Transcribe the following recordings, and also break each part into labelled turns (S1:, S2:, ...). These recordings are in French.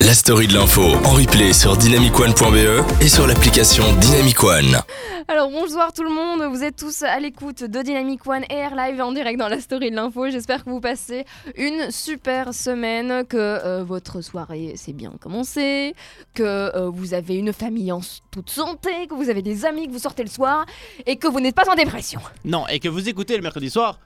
S1: la story de l'info en replay sur dynamicone.be E et sur l'application Dynamic One.
S2: Alors bonsoir tout le monde, vous êtes tous à l'écoute de Dynamic One et Air Live en direct dans la story de l'info. J'espère que vous passez une super semaine, que euh, votre soirée s'est bien commencée, que euh, vous avez une famille en s- toute santé, que vous avez des amis, que vous sortez le soir et que vous n'êtes pas en dépression.
S3: Non, et que vous écoutez le mercredi soir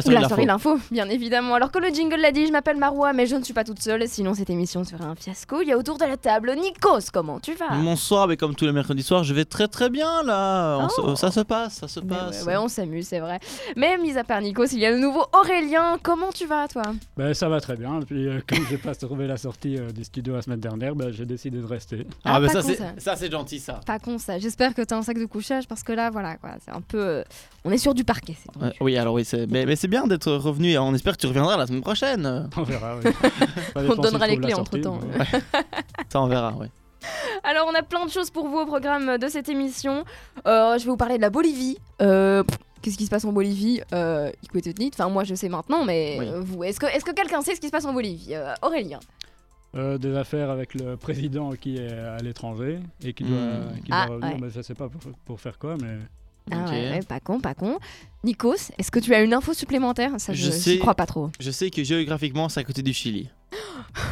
S2: Ou
S3: story
S2: la
S3: de l'info.
S2: story de l'info, bien évidemment. Alors que le jingle l'a dit, je m'appelle Marois, mais je ne suis pas toute seule, sinon cette émission serait un fiasco. Il y a autour de la table Nikos, comment tu vas
S3: Bonsoir, mais comme tous les mercredis soirs, je vais très très bien là. On se-
S2: Oh.
S3: Ça se passe, ça se
S2: Mais
S3: passe.
S2: Bah, ouais, ouais, on s'amuse, c'est vrai. Mais mis à part Nikos, il y a de nouveau Aurélien. Comment tu vas, toi
S4: Ben, ça va très bien. Et Puis, euh, comme j'ai pas trouvé la sortie euh, des studios la semaine dernière, ben, j'ai décidé de rester.
S2: Ah,
S3: bah
S2: pas
S3: ça
S2: con,
S3: c'est
S2: ça.
S3: ça, c'est gentil ça.
S2: Pas con ça. J'espère que t'as un sac de couchage parce que là, voilà, quoi. C'est un peu. euh, on est sur du parquet. c'est tendu.
S3: Ouais, Euh, oui, alors oui, c'est- mais, mais c'est bien d'être revenu et on espère que tu reviendras la semaine prochaine.
S4: On verra. oui. Ça dépend
S2: On donnera
S4: si je
S2: les
S4: trouve la
S2: clés
S4: sortie,
S2: entre-temps.
S4: mais-
S3: Ça on verra, oui.
S2: Alors, on a plein de choses pour vous au programme de cette émission. Euh, je vais vous parler de la Bolivie. Euh, pff, Qu'est-ce qui se passe en Bolivie euh, écoutez, tenez, Enfin, moi, je sais maintenant, mais
S3: Oui.
S2: euh, vous, est-ce que, est que quelqu'un sait ce qui se passe en Bolivie Euh, Aurélien.
S4: Euh, des affaires avec le président qui est à l'étranger et qui doit,
S3: Mm.
S4: qui doit
S2: Ah,
S4: revenir.
S2: ouais.
S4: mais je sais pas pour, pour faire quoi, mais
S2: Ah
S3: Ok.
S2: ouais, ouais, pas con, pas con. Nikos, est-ce que tu as une info supplémentaire Ça, je,
S3: Je
S2: j'y
S3: sais.
S2: crois pas trop.
S3: Je sais que géographiquement c'est à côté du Chili.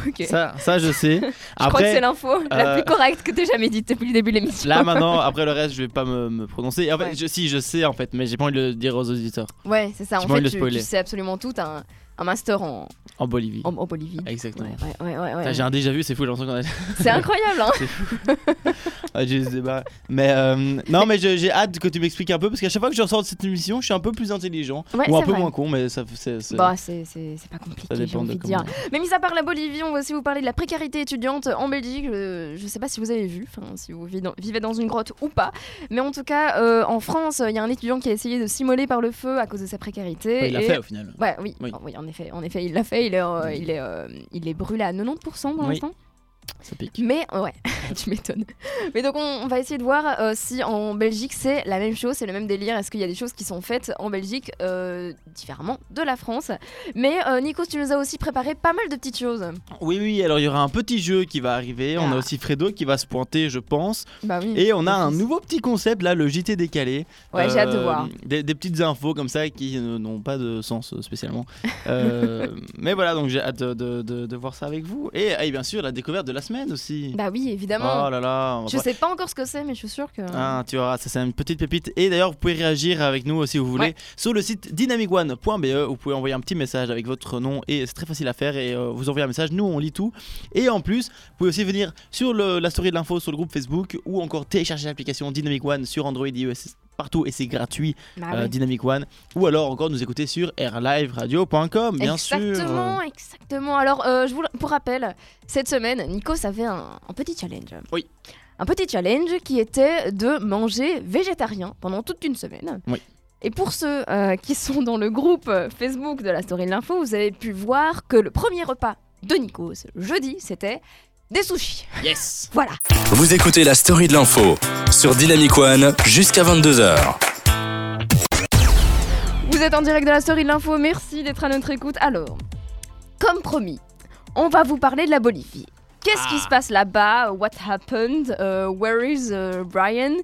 S2: Ok.
S3: Ça, ça je sais.
S2: je crois que c'est
S3: Après,
S2: l'info la
S3: euh,
S2: plus correcte que t'aies jamais dite depuis le début de l'émission.
S3: là maintenant, après le reste, je vais pas me, me prononcer. En fait,
S2: Ouais.
S3: je, si je sais en fait, mais j'ai pas envie de le dire aux auditeurs.
S2: Ouais, c'est ça.
S3: J'ai
S2: En
S3: pas
S2: fait,
S3: envie de
S2: tu,
S3: spoiler.
S2: tu sais absolument tout. T'as un, un master en,
S3: En Bolivie.
S2: en, en Bolivie.
S3: Exactement.
S2: Ouais, ouais, ouais, ouais, ouais.
S3: Putain, J'ai un déjà vu, c'est fou, j'ai l'impression qu'on a
S2: C'est incroyable, hein
S3: Ah, j'ai eu ce débat. Mais euh, non, mais je- j'ai hâte que tu m'expliques un peu parce qu'à chaque fois que je ressors de cette émission, je suis un peu plus intelligent
S2: Ouais,
S3: ou un
S2: c'est
S3: peu
S2: vrai.
S3: moins con, mais ça, c'est- c'est-
S2: Bah, c'est c'est- c'est pas
S3: ça
S2: compliqué, j'ai
S3: dépend
S2: envie
S3: de
S2: de dire.
S3: comment.
S2: Mais mis à part la Bolivie, on va aussi vous parler de la précarité étudiante en Belgique. Euh, Je, sais pas si vous avez vu, enfin, si vous vivez dans, vivez dans une grotte ou pas. Mais en tout cas, euh, en France, il y a un étudiant qui a essayé de s'immoler par le feu à cause de sa précarité.
S3: Ouais, il l'a
S2: et-
S3: fait au final.
S2: Ouais, oui.
S3: Oui.
S2: Oh, oui, en effet, en effet, il l'a fait. Il est, euh, il est, euh, il est brûlé à 90% pour
S3: Oui.
S2: l'instant.
S3: Ça pique.
S2: Mais ouais, tu m'étonnes. Mais donc on, on va essayer de voir euh, si en Belgique c'est la même chose, c'est le même délire. Est-ce qu'il y a des choses qui sont faites en Belgique euh, différemment de la France Mais euh, Nico, tu nous as aussi préparé pas mal de petites choses.
S3: Oui, oui, alors il y aura un petit jeu qui va arriver. On
S2: Ah.
S3: a aussi Fredo qui va se pointer, je pense.
S2: Bah oui.
S3: Et on a un nouveau petit concept là, le JT décalé.
S2: Ouais, j'ai hâte de
S3: Euh,
S2: voir.
S3: Des, des petites infos comme ça qui euh, n'ont pas de sens euh, spécialement. Euh, mais voilà, donc j'ai hâte de, de- de- de voir ça avec vous. Et, et bien sûr, la découverte de la semaine aussi.
S2: Bah oui, évidemment.
S3: Oh là là, on va
S2: je sais pas encore ce que c'est, mais je suis sûre que.
S3: Ah, tu verras, ça c'est une petite pépite. Et d'ailleurs, vous pouvez réagir avec nous si vous voulez
S2: Ouais.
S3: sur le site dynamicone.be. E. Vous pouvez envoyer un petit message avec votre nom et c'est très facile à faire. Et euh, vous envoyez un message, nous on lit tout. Et en plus, vous pouvez aussi venir sur le- la story de l'info sur le groupe Facebook ou encore télécharger l'application Dynamic One sur Android, iOS partout et c'est gratuit
S2: Bah
S3: euh,
S2: oui.
S3: Dynamic One ou alors encore nous écouter sur airliveradio.com bien
S2: exactement,
S3: sûr
S2: exactement. Alors, euh, je vous, pour rappel, cette semaine, Nico, ça fait un, un petit challenge.
S3: Oui.
S2: Un petit challenge qui était de manger végétarien pendant toute une semaine.
S3: Oui.
S2: Et pour ceux euh, qui sont dans le groupe euh, Facebook de la Story de l'Info, vous avez pu voir que le premier repas de Nico ce jeudi, c'était des sushis.
S3: yes
S2: Voilà.
S1: Vous écoutez la story de l'info sur Dynamic One jusqu'à 22h.
S2: Vous êtes en direct de la story de l'info, merci d'être à notre écoute. Alors, comme promis, on va vous parler de la Bolivie. Qu'est-ce qui
S3: Ah.
S2: se passe là-bas What happened Euh, Where is euh, Brian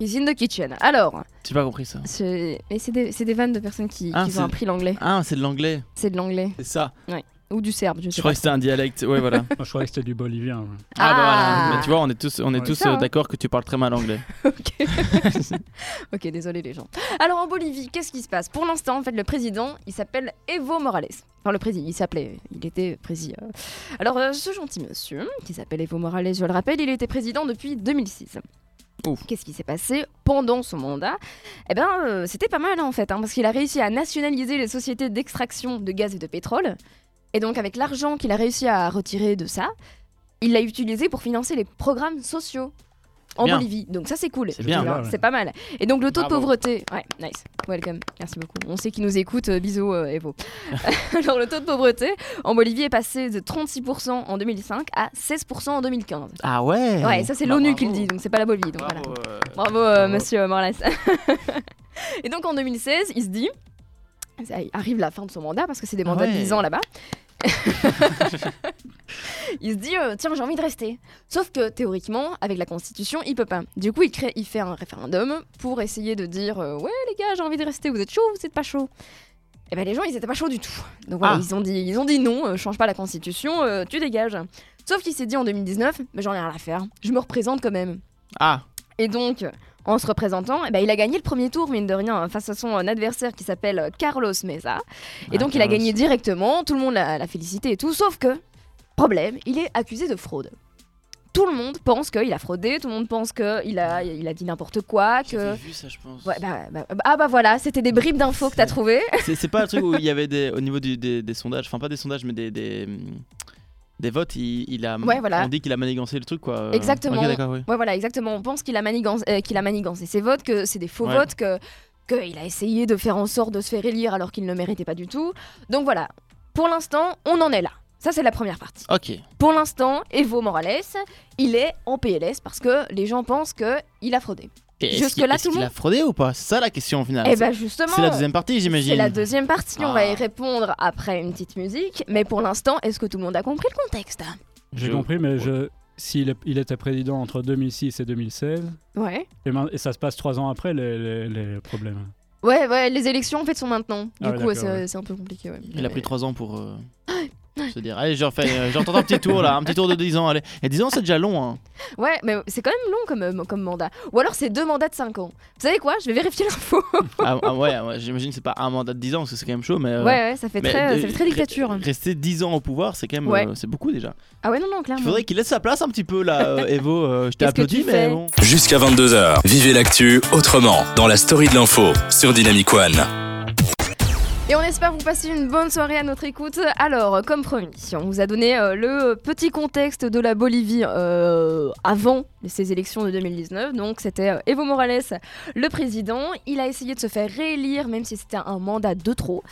S2: He's in the kitchen. Alors,
S3: j'ai pas compris ça
S2: c'est- mais c'est des, c'est des vannes de personnes qui,
S3: Ah,
S2: qui ont
S3: c'est-
S2: appris l'anglais.
S3: ah c'est de l'anglais
S2: C'est de l'anglais.
S3: c'est ça
S2: Ou du serbe, je
S3: je
S2: sais
S3: crois
S2: pas.
S3: que c'était un dialecte ouais voilà
S4: Moi, je croyais que c'était du bolivien.
S3: Ah, bah
S4: ouais.
S2: Ah.
S3: voilà, mais tu vois, on est tous, on est
S4: Ouais.
S3: tous
S2: Ça,
S3: euh,
S2: hein.
S3: d'accord que tu parles très mal anglais.
S2: Ok. ok, désolé les gens. Alors en Bolivie, qu'est-ce qui se passe Pour l'instant, en fait, le président, il s'appelle Evo Morales. Enfin, le président, il s'appelait, il était président. Alors, euh, ce gentil monsieur, qui s'appelle Evo Morales, je le rappelle, il était président depuis 2006.
S3: Ouf.
S2: Qu'est-ce qui s'est passé pendant son mandat Eh bien, c'était pas mal hein, en fait, hein, parce qu'il a réussi à nationaliser les sociétés d'extraction de gaz et de pétrole. Et donc, avec l'argent qu'il a réussi à retirer de ça, il l'a utilisé pour financer les programmes sociaux en
S3: Bien.
S2: Bolivie. Donc, ça, c'est cool.
S3: C'est bien.
S2: Tu vois,
S4: Pas mal.
S2: C'est pas mal. Et donc, le taux de
S3: Bravo.
S2: pauvreté. Ouais, nice. Welcome. Merci beaucoup. On sait qu'il nous écoute. euh, bisous, euh, Evo. Alors, le taux de pauvreté en Bolivie est passé de 36% en 2005 à 16% en 2015.
S3: Ah ouais
S2: Ouais, ça, c'est
S3: Bah,
S2: l'ONU
S3: bravo.
S2: qui le dit, donc c'est pas la Bolivie. Donc, voilà.
S3: Bravo, euh,
S2: Bravo, euh,
S3: bravo.
S2: monsieur Morales. et donc en 2016, il se dit, ça arrive la fin de son mandat parce que c'est des
S3: Ah
S2: mandats de
S3: ouais.
S2: 10 ans là-bas. il se dit euh, tiens j'ai envie de rester. Sauf que théoriquement avec la Constitution il peut pas. Du coup il crée, il fait un référendum pour essayer de dire euh, ouais les gars j'ai envie de rester, vous êtes chaud, vous êtes pas chaud. Et ben les gens ils étaient pas chauds du tout. Donc voilà
S3: Ah.
S2: ils ont dit ils ont dit non, euh, change pas la Constitution, euh, tu dégages. Sauf qu'il s'est dit en 2019 mais j'en ai rien à faire, je me représente quand même.
S3: Ah,
S2: Et donc, en se représentant, eh ben, il a gagné le premier tour, mine de rien, hein, face à son adversaire qui s'appelle euh, Carlos Mesa. Et
S3: Ah,
S2: donc, il a
S3: Carlos.
S2: gagné directement, tout le monde l'a l'a félicité et tout, sauf que, problème, il est accusé de fraude. Tout le monde pense qu'il a fraudé, tout le monde pense qu'il a, il a dit n'importe quoi, que...
S3: j'avais vu ça, je pense.
S2: Ouais, bah, bah, bah, ah bah voilà, c'était des bribes d'infos que t'as trouvées.
S3: C'est c'est pas un truc où il y avait des, au niveau du- des, des sondages, enfin pas des sondages, mais des, des, hum, des votes, il, il a,
S2: Ouais, voilà.
S3: on dit qu'il a manigancé le truc quoi. Euh,
S2: Exactement.
S3: ok, d'accord, oui.
S2: Ouais, voilà, exactement. On pense qu'il a, manigancé- euh, qu'il a manigancé ses votes, que c'est des faux
S3: Ouais.
S2: votes, que qu'il a essayé de faire en sorte de se faire élire alors qu'il ne le méritait pas du tout. Donc voilà, pour l'instant, on en est là. Ça, c'est la première partie.
S3: Ok.
S2: Pour l'instant, Evo Morales, il est en PLS parce que les gens pensent qu'il a fraudé.
S3: Et est-ce
S2: Jusque
S3: qu'il-
S2: là,
S3: est-ce
S2: tout le
S3: qu'il
S2: monde-
S3: a fraudé ou pas C'est ça la question au final.
S2: Et
S3: Ah, C'est-
S2: ben justement,
S3: c'est la deuxième partie, j'imagine.
S2: c'est la deuxième partie. On va
S3: Ah.
S2: y répondre après une petite musique. Mais pour l'instant, est-ce que tout le monde a compris le contexte
S4: J'ai
S3: Je-
S4: compris, mais je, s'il est- il était président entre 2006 et 2016,
S2: Ouais.
S4: et, main- et ça se passe trois ans après les, les- les problèmes.
S2: Ouais, ouais, les élections en fait sont maintenant. Du
S4: Ah ouais,
S2: coup, ouais,
S4: d'accord,
S2: c'est
S4: ouais.
S2: c'est un peu compliqué. ouais.
S3: Il a
S2: Mais-
S3: pris 3 ans pour euh, se dire Allez, je refais, euh, je retente un petit tour là, un petit tour de 10 ans. Allez. Et 10 ans, c'est déjà long. Hein.
S2: Ouais, mais c'est quand même long comme, euh, comme mandat. Ou alors c'est deux mandats de 5 ans. Vous savez quoi Je vais vérifier l'info.
S3: Ah, ah ouais, ouais, j'imagine que c'est pas un mandat de 10 ans parce que c'est quand même chaud. Mais, euh,
S2: ouais, ouais, ça fait
S3: mais
S2: très,
S3: de-
S2: ça fait très
S3: re-
S2: dictature.
S3: Rester 10 ans au pouvoir, c'est quand même
S2: Ouais.
S3: euh, c'est beaucoup déjà.
S2: Ah ouais, non, non,
S3: Il
S2: clairement.
S3: faudrait qu'il laisse sa place un petit peu là, euh, Evo. euh, je t'ai
S2: Qu'est-ce que
S3: applaudi,
S2: tu
S3: mais
S2: fais
S3: bon.
S1: Jusqu'à 22h, vivez l'actu autrement dans la story de l'info sur Dynamic One.
S2: Et on espère vous passer une bonne soirée à notre écoute. Alors, euh, comme promis, on vous a donné euh, le petit contexte de la Bolivie euh, avant ces élections de 2019. Donc, c'était euh, Evo Morales, le président. Il a essayé de se faire réélire, même si c'était un mandat de trop.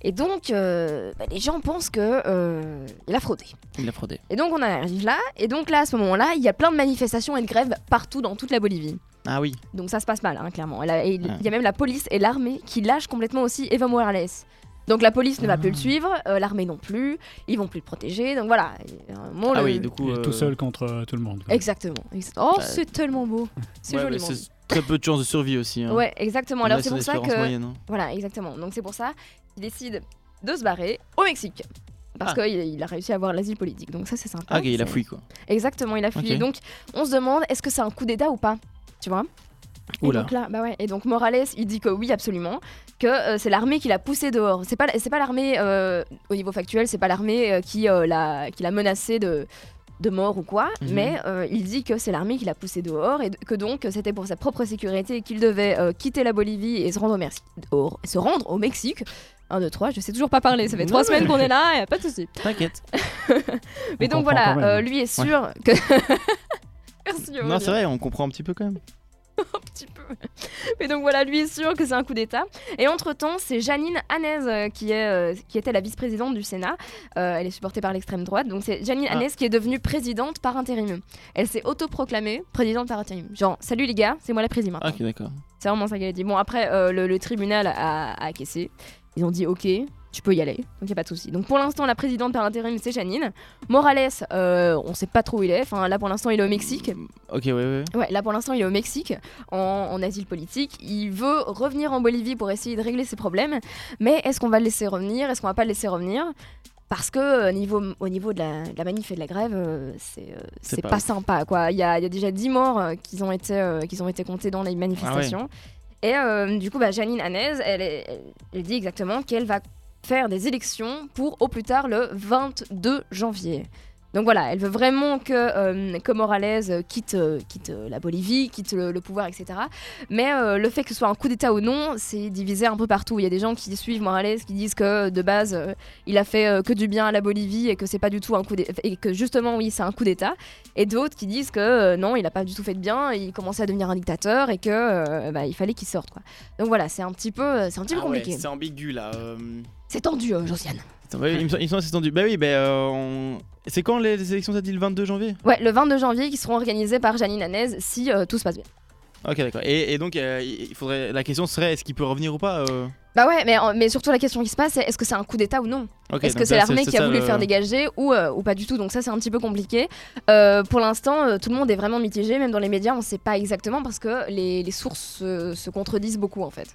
S2: Et donc, euh, bah, les gens pensent que euh, il a fraudé.
S3: Il a fraudé.
S2: Et donc on en arrive là, et donc là à ce moment-là, il y a plein de manifestations et de grèves partout dans toute la Bolivie.
S3: Ah oui.
S2: Donc ça se passe mal, hein, clairement. Et là, et Il
S3: Ouais.
S2: il y a même la police et l'armée qui lâchent complètement aussi Evo Morales. Donc la police ne va
S3: Ah.
S2: plus le suivre, euh, l'armée non plus, ils vont plus le protéger, donc voilà. Et, à un moment,
S3: Ah
S2: le-
S3: oui, du coup.
S4: Il est
S3: euh,
S4: tout seul contre euh, tout le monde. quoi.
S2: Exactement. exact- Oh,
S3: Bah,
S2: c'est tellement beau. C'est
S3: ouais, mais
S2: joliment
S3: c'est très peu de chances de survie aussi.
S2: dit.
S3: hein.
S2: Ouais, exactement.
S3: On
S2: Alors
S3: reste
S2: c'est pour
S3: à
S2: ça que...
S3: l'espérance moyenne, hein.
S2: Voilà, exactement. Donc c'est pour ça qu'il décide de se barrer au Mexique. Parce
S3: Ah.
S2: qu'il il a réussi à avoir l'asile politique. Donc ça c'est sympa.
S3: Ah, ok, il a
S2: C'est-
S3: fui quoi.
S2: Exactement, il a fui.
S3: Ok.
S2: Et donc, on se demande, est-ce que c'est un coup d'État ou pas Tu vois et
S3: Oula.
S2: donc, là, bah ouais. et donc Morales, il dit que oui, absolument, que euh, c'est l'armée qui l'a poussé dehors. C'est pas, c'est pas l'armée, euh, au niveau factuel, c'est pas l'armée euh, qui, euh, l'a, qui l'a menacé de, de mort ou quoi,
S3: Mhm.
S2: mais euh, il dit que c'est l'armée qui l'a poussé dehors et que donc c'était pour sa propre sécurité et qu'il devait euh, quitter la Bolivie et se rendre au, Merci- au- se rendre au Mexique. 1, 2, 3, je sais toujours pas parler, ça fait
S3: Non,
S2: trois
S3: mais-
S2: semaines qu'on est là, et pas de soucis.
S3: T'inquiète.
S2: Mais
S4: On
S2: donc
S4: comprend
S2: voilà,
S4: quand même.
S2: euh, lui est sûr que. Merci.
S3: Non,
S2: Aurélien.
S3: c'est vrai, on comprend un petit peu quand même.
S2: petit peu. Mais donc voilà, lui est sûr que c'est un coup d'État. Et entre-temps, c'est Janine Hanez euh, qui, est, euh, qui était la vice-présidente du Sénat. Euh, elle est supportée par l'extrême droite. Donc c'est Janine
S3: Ah.
S2: Hanez qui est devenue présidente par intérim. Elle s'est autoproclamée présidente par intérim. Genre, salut les gars, c'est moi la présidente.
S3: Ah, ok, d'accord.
S2: C'est vraiment ça qu'elle a dit. Bon, après, euh, le, le tribunal a, a caissé. Ils ont dit, ok, tu peux y aller. Donc, il n'y a pas de souci. Donc, pour l'instant, la présidente par intérim, c'est Janine. Morales, euh, on sait pas trop où il est. Enfin, là, pour l'instant, il est au Mexique.
S3: Ok, ouais, ouais.
S2: Ouais, là pour l'instant il est au Mexique, en, en asile politique. Il veut revenir en Bolivie pour essayer de régler ses problèmes. Mais est-ce qu'on va le laisser revenir Est-ce qu'on va pas le laisser revenir Parce que euh, niveau, au niveau de la, de la manif et de la grève, euh, c'est euh,
S3: C'est
S2: c'est
S3: pas
S2: pas,
S3: ouf.
S2: sympa. quoi. Il y a, il y a déjà 10 morts euh, qui ont été, euh, qui ont été comptés dans les manifestations. Et euh, du coup, bah, Janine Hanez, elle, est- elle- elle dit exactement qu'elle va faire des élections pour au plus tard le 22 janvier. Donc voilà, elle veut vraiment que, euh, que Morales euh, quitte, euh, quitte euh, la Bolivie, quitte le, le pouvoir, etc. Mais euh, le fait que ce soit un coup d'État ou non, c'est divisé un peu partout. Il y a des gens qui suivent Morales, qui disent que de base, euh, il a fait euh, que du bien à la Bolivie et que c'est pas du tout un coup d'État. Et que justement, oui, c'est un coup d'État. Et d'autres qui disent que euh, non, il a pas du tout fait de bien, il commençait à devenir un dictateur et que euh, bah, il fallait qu'il sorte. Quoi. Donc voilà, c'est un petit peu, euh, c'est un petit peu compliqué.
S3: Ah c'est ambigu là.
S2: c'est tendu, euh, Josiane.
S3: ils me sont- ils sont assez tendus. Bah oui, bah. euh, on- C'est quand les les élections, t'as dit le 22 janvier
S2: Ouais, le 22 janvier, qui seront organisés par Janine Hanez si euh, tout se passe bien.
S3: Ok, d'accord. Et, et donc, euh, il faudrait... la question serait est-ce qu'il peut revenir ou pas euh
S2: Bah ouais, mais, en- mais surtout la question qui se passe, c'est est-ce que c'est un coup d'État ou non
S3: Ok,
S2: Est-ce que
S3: donc
S2: c'est
S3: là,
S2: l'armée qui
S3: ça
S2: a voulu
S3: le-
S2: faire dégager ou, euh, ou pas du tout Donc ça c'est un petit peu compliqué. Euh, pour l'instant, euh, tout le monde est vraiment mitigé, même dans les médias, on ne sait pas exactement parce que les, les sources euh, se contredisent beaucoup en fait.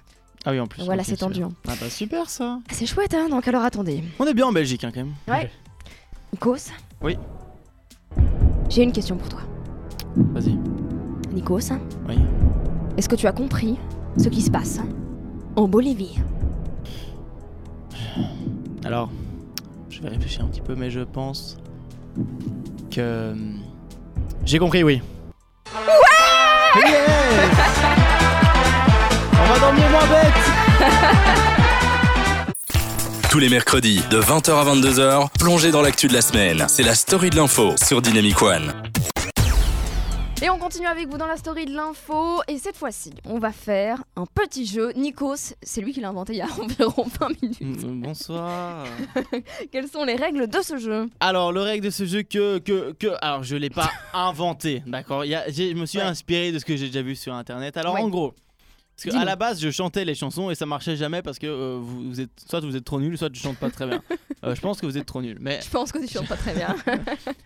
S3: Ah oui, en plus.
S2: voilà,
S3: ok,
S2: c'est tendu. hein.
S3: Ah bah super ça.
S2: Ah, C'est chouette, hein Donc alors attendez.
S3: On est bien en Belgique hein, quand même.
S2: Nikos
S3: Oui.
S2: J'ai une question pour toi.
S3: Vas-y.
S2: Nikos,
S3: Oui.
S2: est-ce que tu as compris ce qui se passe en Bolivie
S3: Alors, je vais réfléchir un petit peu, mais je pense que hum, j'ai compris, oui. Ouais On va dormir moins bête.
S1: Tous les mercredis, de 20h à 22h, plongez dans l'actu de la semaine. C'est la story de l'info sur Dynamic One.
S2: Et on continue avec vous dans la story de l'info. Et cette fois-ci, on va faire un petit jeu. Nikos, c'est lui qui l'a inventé il y a environ 20 minutes.
S3: Mm, Bonsoir.
S2: Quelles sont les règles de ce jeu
S3: Alors, le règle de ce jeu que que que alors je l'ai pas inventé, d'accord. Il y a- j'ai- Je me suis
S2: Ouais.
S3: inspiré de ce que j'ai déjà vu sur internet. Alors
S2: Ouais.
S3: en gros. Parce que
S2: Dis-nous.
S3: à la base, je chantais les chansons et ça marchait jamais parce que euh, vous, vous êtes soit vous êtes trop nul, soit je chante pas très bien. Euh, je pense que vous êtes trop nul. Mais
S2: Je pense que tu chantes pas très bien.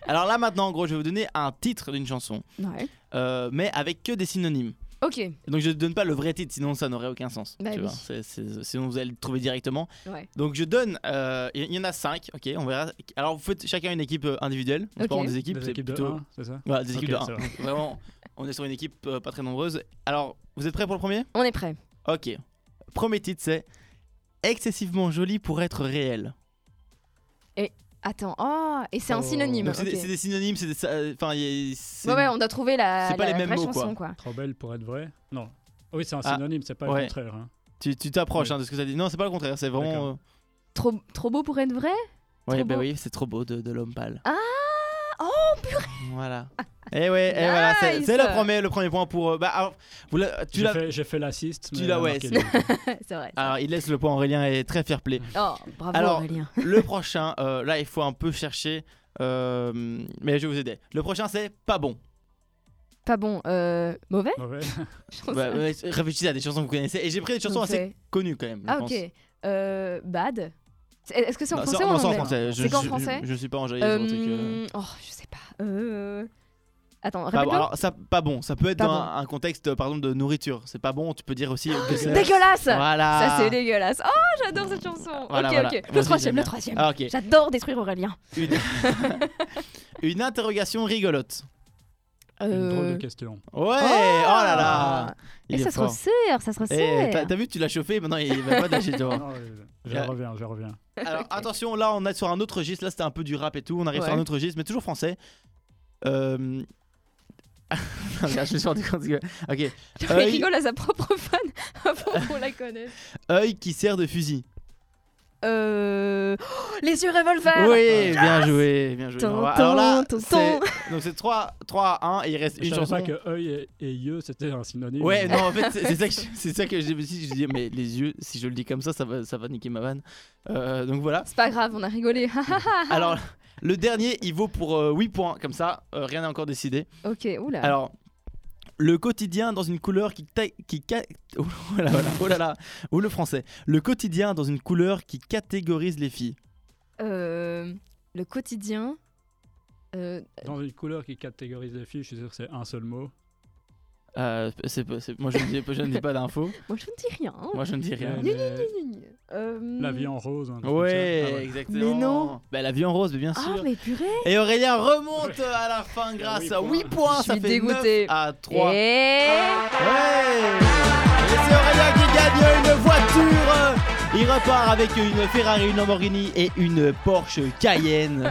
S3: Alors là maintenant, en gros, je vais vous donner un titre d'une chanson,
S2: ouais.
S3: euh, mais avec que des synonymes.
S2: Ok.
S3: Donc je ne donne pas le vrai titre, sinon ça n'aurait aucun sens.
S2: Bah
S3: tu
S2: oui.
S3: vois. C'est- c'est- sinon vous allez le trouver directement.
S2: Ouais.
S3: Donc je donne, euh, il y en a 5, ok, on verra. Alors vous faites chacun une équipe euh, individuelle, on se
S2: Ok.
S3: parle des équipes,
S4: Des
S3: c'est
S4: équipes de
S3: plutôt...
S4: un, c'est ça
S3: Voilà, des équipes
S4: Ok,
S3: de
S4: ça
S3: 1.
S4: va.
S3: Vraiment, on est sur une équipe euh, pas très nombreuse. Alors, vous êtes prêts pour le premier
S2: On est prêt.
S3: Ok. Premier titre, c'est Excessivement joli pour être réel.
S2: Attends. Oh, et c'est un
S4: Oh.
S2: synonyme.
S3: Donc c'est des-
S2: ok.
S3: c'est des synonymes, c'est des. ça- euh, Enfin, il y a- c'est-
S2: Ouais, ouais, on doit trouver la,
S3: c'est pas
S2: la
S3: les mêmes
S2: vraie
S3: mots,
S2: chanson, quoi.
S4: Trop belle pour être vrai Non. Oui, c'est un
S3: Ah,
S4: synonyme, c'est pas
S3: ouais.
S4: le contraire. hein.
S3: Tu tu t'approches
S4: Oui.
S3: hein, de ce que ça dit. Non, c'est pas le contraire, c'est
S4: D'accord.
S3: vraiment. euh,
S2: Trop, trop beau pour être vrai
S3: Ouais,
S2: Trop
S3: bah
S2: beau.
S3: oui, c'est trop beau de, de l'homme pâle.
S2: Ah Oh,
S3: Voilà. Et ouais, eh voilà, c'est
S2: Nice.
S3: c'est le premier, le premier point pour. euh, bah, alors, vous l'avez- tu
S4: J'ai
S3: l'as.
S4: fait, j'ai fait l'assist.
S3: tu
S4: mais
S3: l'as,
S4: elle a
S3: ouais,
S4: marqué
S3: c'est-
S4: deux.
S2: C'est vrai.
S3: Alors, il laisse le point Aurélien et est très fair play.
S2: Oh, bravo
S3: Ah. Alors-
S2: Aurélien.
S3: Le prochain, euh, là, il faut un peu chercher. euh, mais je vais vous aider. Le prochain, c'est pas bon.
S2: Pas bon. Euh, mauvais
S4: Mauvais.
S2: J'en
S3: Bah,
S2: sais rien.
S3: ouais, réfléchissez à des chansons que vous connaissez. Et j'ai pris des chansons assez
S2: Mauvais.
S3: connues quand même. je
S2: Ah,
S3: pense.
S2: ok. Euh, bad C'est- Est-ce que c'est en
S3: Non,
S2: français ou en
S3: non, c'est
S2: anglais
S3: français. Je-
S2: C'est qu'en
S3: je-
S2: français
S3: Je, je suis pas en jaillet sur le truc. euh.
S2: Euh, Oh, je sais pas. Euh... Attends,
S3: Pas
S2: répète
S3: bon. Alors, ça, pas bon. Ça peut être
S2: Pas
S3: dans
S2: bon.
S3: un, un contexte, euh, par exemple, de nourriture. C'est pas bon. Tu peux dire aussi. que c'est-
S2: Dégueulasse
S3: Voilà.
S2: Ça c'est dégueulasse. Oh, j'adore cette chanson.
S3: Voilà,
S2: ok,
S3: voilà.
S2: ok.
S3: Moi
S2: Le
S3: aussi, j'aime
S2: troisième,
S3: bien.
S2: le troisième.
S3: Ah, ok.
S2: J'adore détruire Aurélien.
S3: Une... Une interrogation rigolote.
S4: Une drôle
S2: Euh,
S4: de question.
S3: Ouais, oh, là là.
S2: Et
S3: Il est
S2: ça se
S3: fort.
S2: resserre, ça se
S3: Eh, t'as
S2: resserre.
S3: t'as vu, tu l'as chauffé, maintenant il va pas te lâcher, tu vois.
S4: Non, euh, je
S3: Yeah.
S4: reviens, je reviens.
S3: Alors attention, là on est sur un autre registre, là c'était un peu du rap et tout, on arrive sur
S2: Ouais.
S3: un autre registre, mais toujours français. Euh... là, je me suis rendu compte que. Ok.
S2: Il
S3: Œil-
S2: rigole à sa propre fan avant qu'on la connaisse.
S3: Œil qui sert de fusil.
S2: Euh... oh, les yeux revolver
S3: Oui, bien joué, bien joué.
S2: Tonton,
S3: Alors là,
S2: tonton.
S3: c'est- donc c'est 3, 3 1 et il reste
S4: Je hein.
S3: une
S4: savais
S3: chanson.
S4: pas que œil et, et yeux c'était un synonyme.
S3: Ouais, non, en fait, c'est c'est ça que je- c'est ça que j'ai aussi. Je dis, mais les yeux, si je le dis comme ça, ça va, ça va niquer ma vanne. Euh, donc voilà.
S2: C'est pas grave, on a rigolé.
S3: Alors, le dernier, il vaut pour euh, 8 points, comme ça, euh, rien n'est encore décidé.
S2: ok, oula.
S3: Alors, le quotidien dans une couleur qui. ta- qui ca- Oh là là, oh là là, ou le français. Le quotidien dans une couleur qui catégorise les filles.
S2: Euh, le quotidien. Euh,
S4: Dans une couleur qui catégorise les filles, je suis sûr que c'est un seul mot.
S3: Euh, c'est pas- c'est- moi, je ne dis, je ne dis pas d'infos,
S2: moi je ne dis rien. hein.
S3: moi je ne dis rien.
S4: Mais
S2: Euh,
S4: La vie en rose. un truc comme ça.
S3: Ouais,
S4: Ah ouais.
S3: exactement.
S2: Mais non.
S3: Bah, la vie en rose, mais bien
S2: Ah
S3: sûr.
S2: mais purée
S3: Et Aurélien remonte à la fin grâce à 8 points,
S2: Je
S3: ça
S2: suis
S3: fait
S2: dégoûtée. Eh
S3: 9 à 3.
S2: Et...
S3: Ouais Et c'est Aurélien qui gagne une voiture Il repart avec une Ferrari, une Lamborghini et une Porsche Cayenne.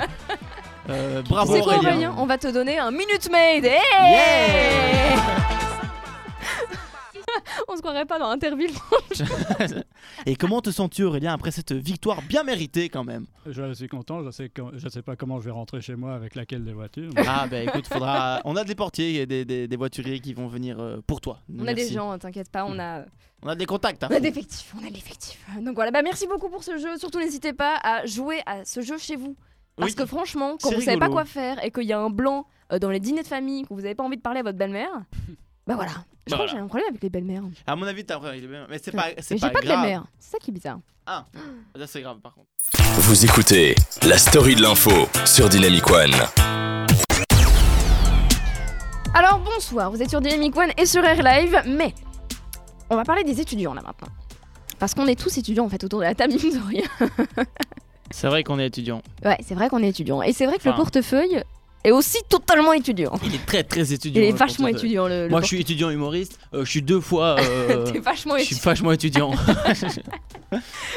S3: Euh, bravo
S2: C'est quoi
S3: Aurélien.
S2: Aurélien On va te donner un Minute Eh Maid Hey On se croirait pas dans Interville
S3: Et comment te sens-tu Aurélien après cette victoire bien méritée quand même
S4: Je suis content, je sais, com- je sais pas comment je vais rentrer chez moi avec laquelle des voitures. mais-
S3: Ah bah écoute, faudra... on a des portiers et des, des, des voituriers qui vont venir euh, pour toi.
S2: On a
S3: Merci. Mmh.
S2: des gens, hein, t'inquiète pas, on a,
S3: On a des contacts. hein.
S2: on a des effectifs, on a des effectifs. Donc voilà, bah merci beaucoup pour ce jeu. Surtout n'hésitez pas à jouer à ce jeu chez vous. Parce
S3: Oui.
S2: que franchement, quand
S3: C'est
S2: vous savez pas
S3: rigolo.
S2: quoi faire et qu'il y a un blanc euh, dans les dîners de famille, que vous avez pas envie de parler à votre belle-mère, bah voilà, Je crois que j'ai un problème avec les belles-mères.
S3: À mon avis, t'as un problème avec les belles-mères. Mais c'est pas, c'est
S2: Mais j'ai
S3: pas,
S2: pas de
S3: grave.
S2: belle-mère. C'est ça qui est bizarre.
S3: Ça, c'est grave par contre.
S1: Vous écoutez la story de l'info sur Dynamic One.
S2: Alors bonsoir, vous êtes sur Dynamic One et sur Air Live, mais on va parler des étudiants là maintenant. Parce qu'on est tous étudiants en fait autour de la table, mine de rien.
S3: C'est vrai qu'on est étudiant.
S2: Ouais, c'est vrai qu'on est étudiants. Et c'est vrai que le
S3: Enfin.
S2: portefeuille est aussi totalement étudiant.
S3: Il est très très étudiant.
S2: Il est
S3: le
S2: vachement
S3: portefeuille.
S2: étudiant le, le
S3: Moi, je suis étudiant humoriste. euh, je suis deux fois. euh,
S2: portefeuille. T'es vachement
S3: je suis
S2: étudiant.
S3: vachement étudiant.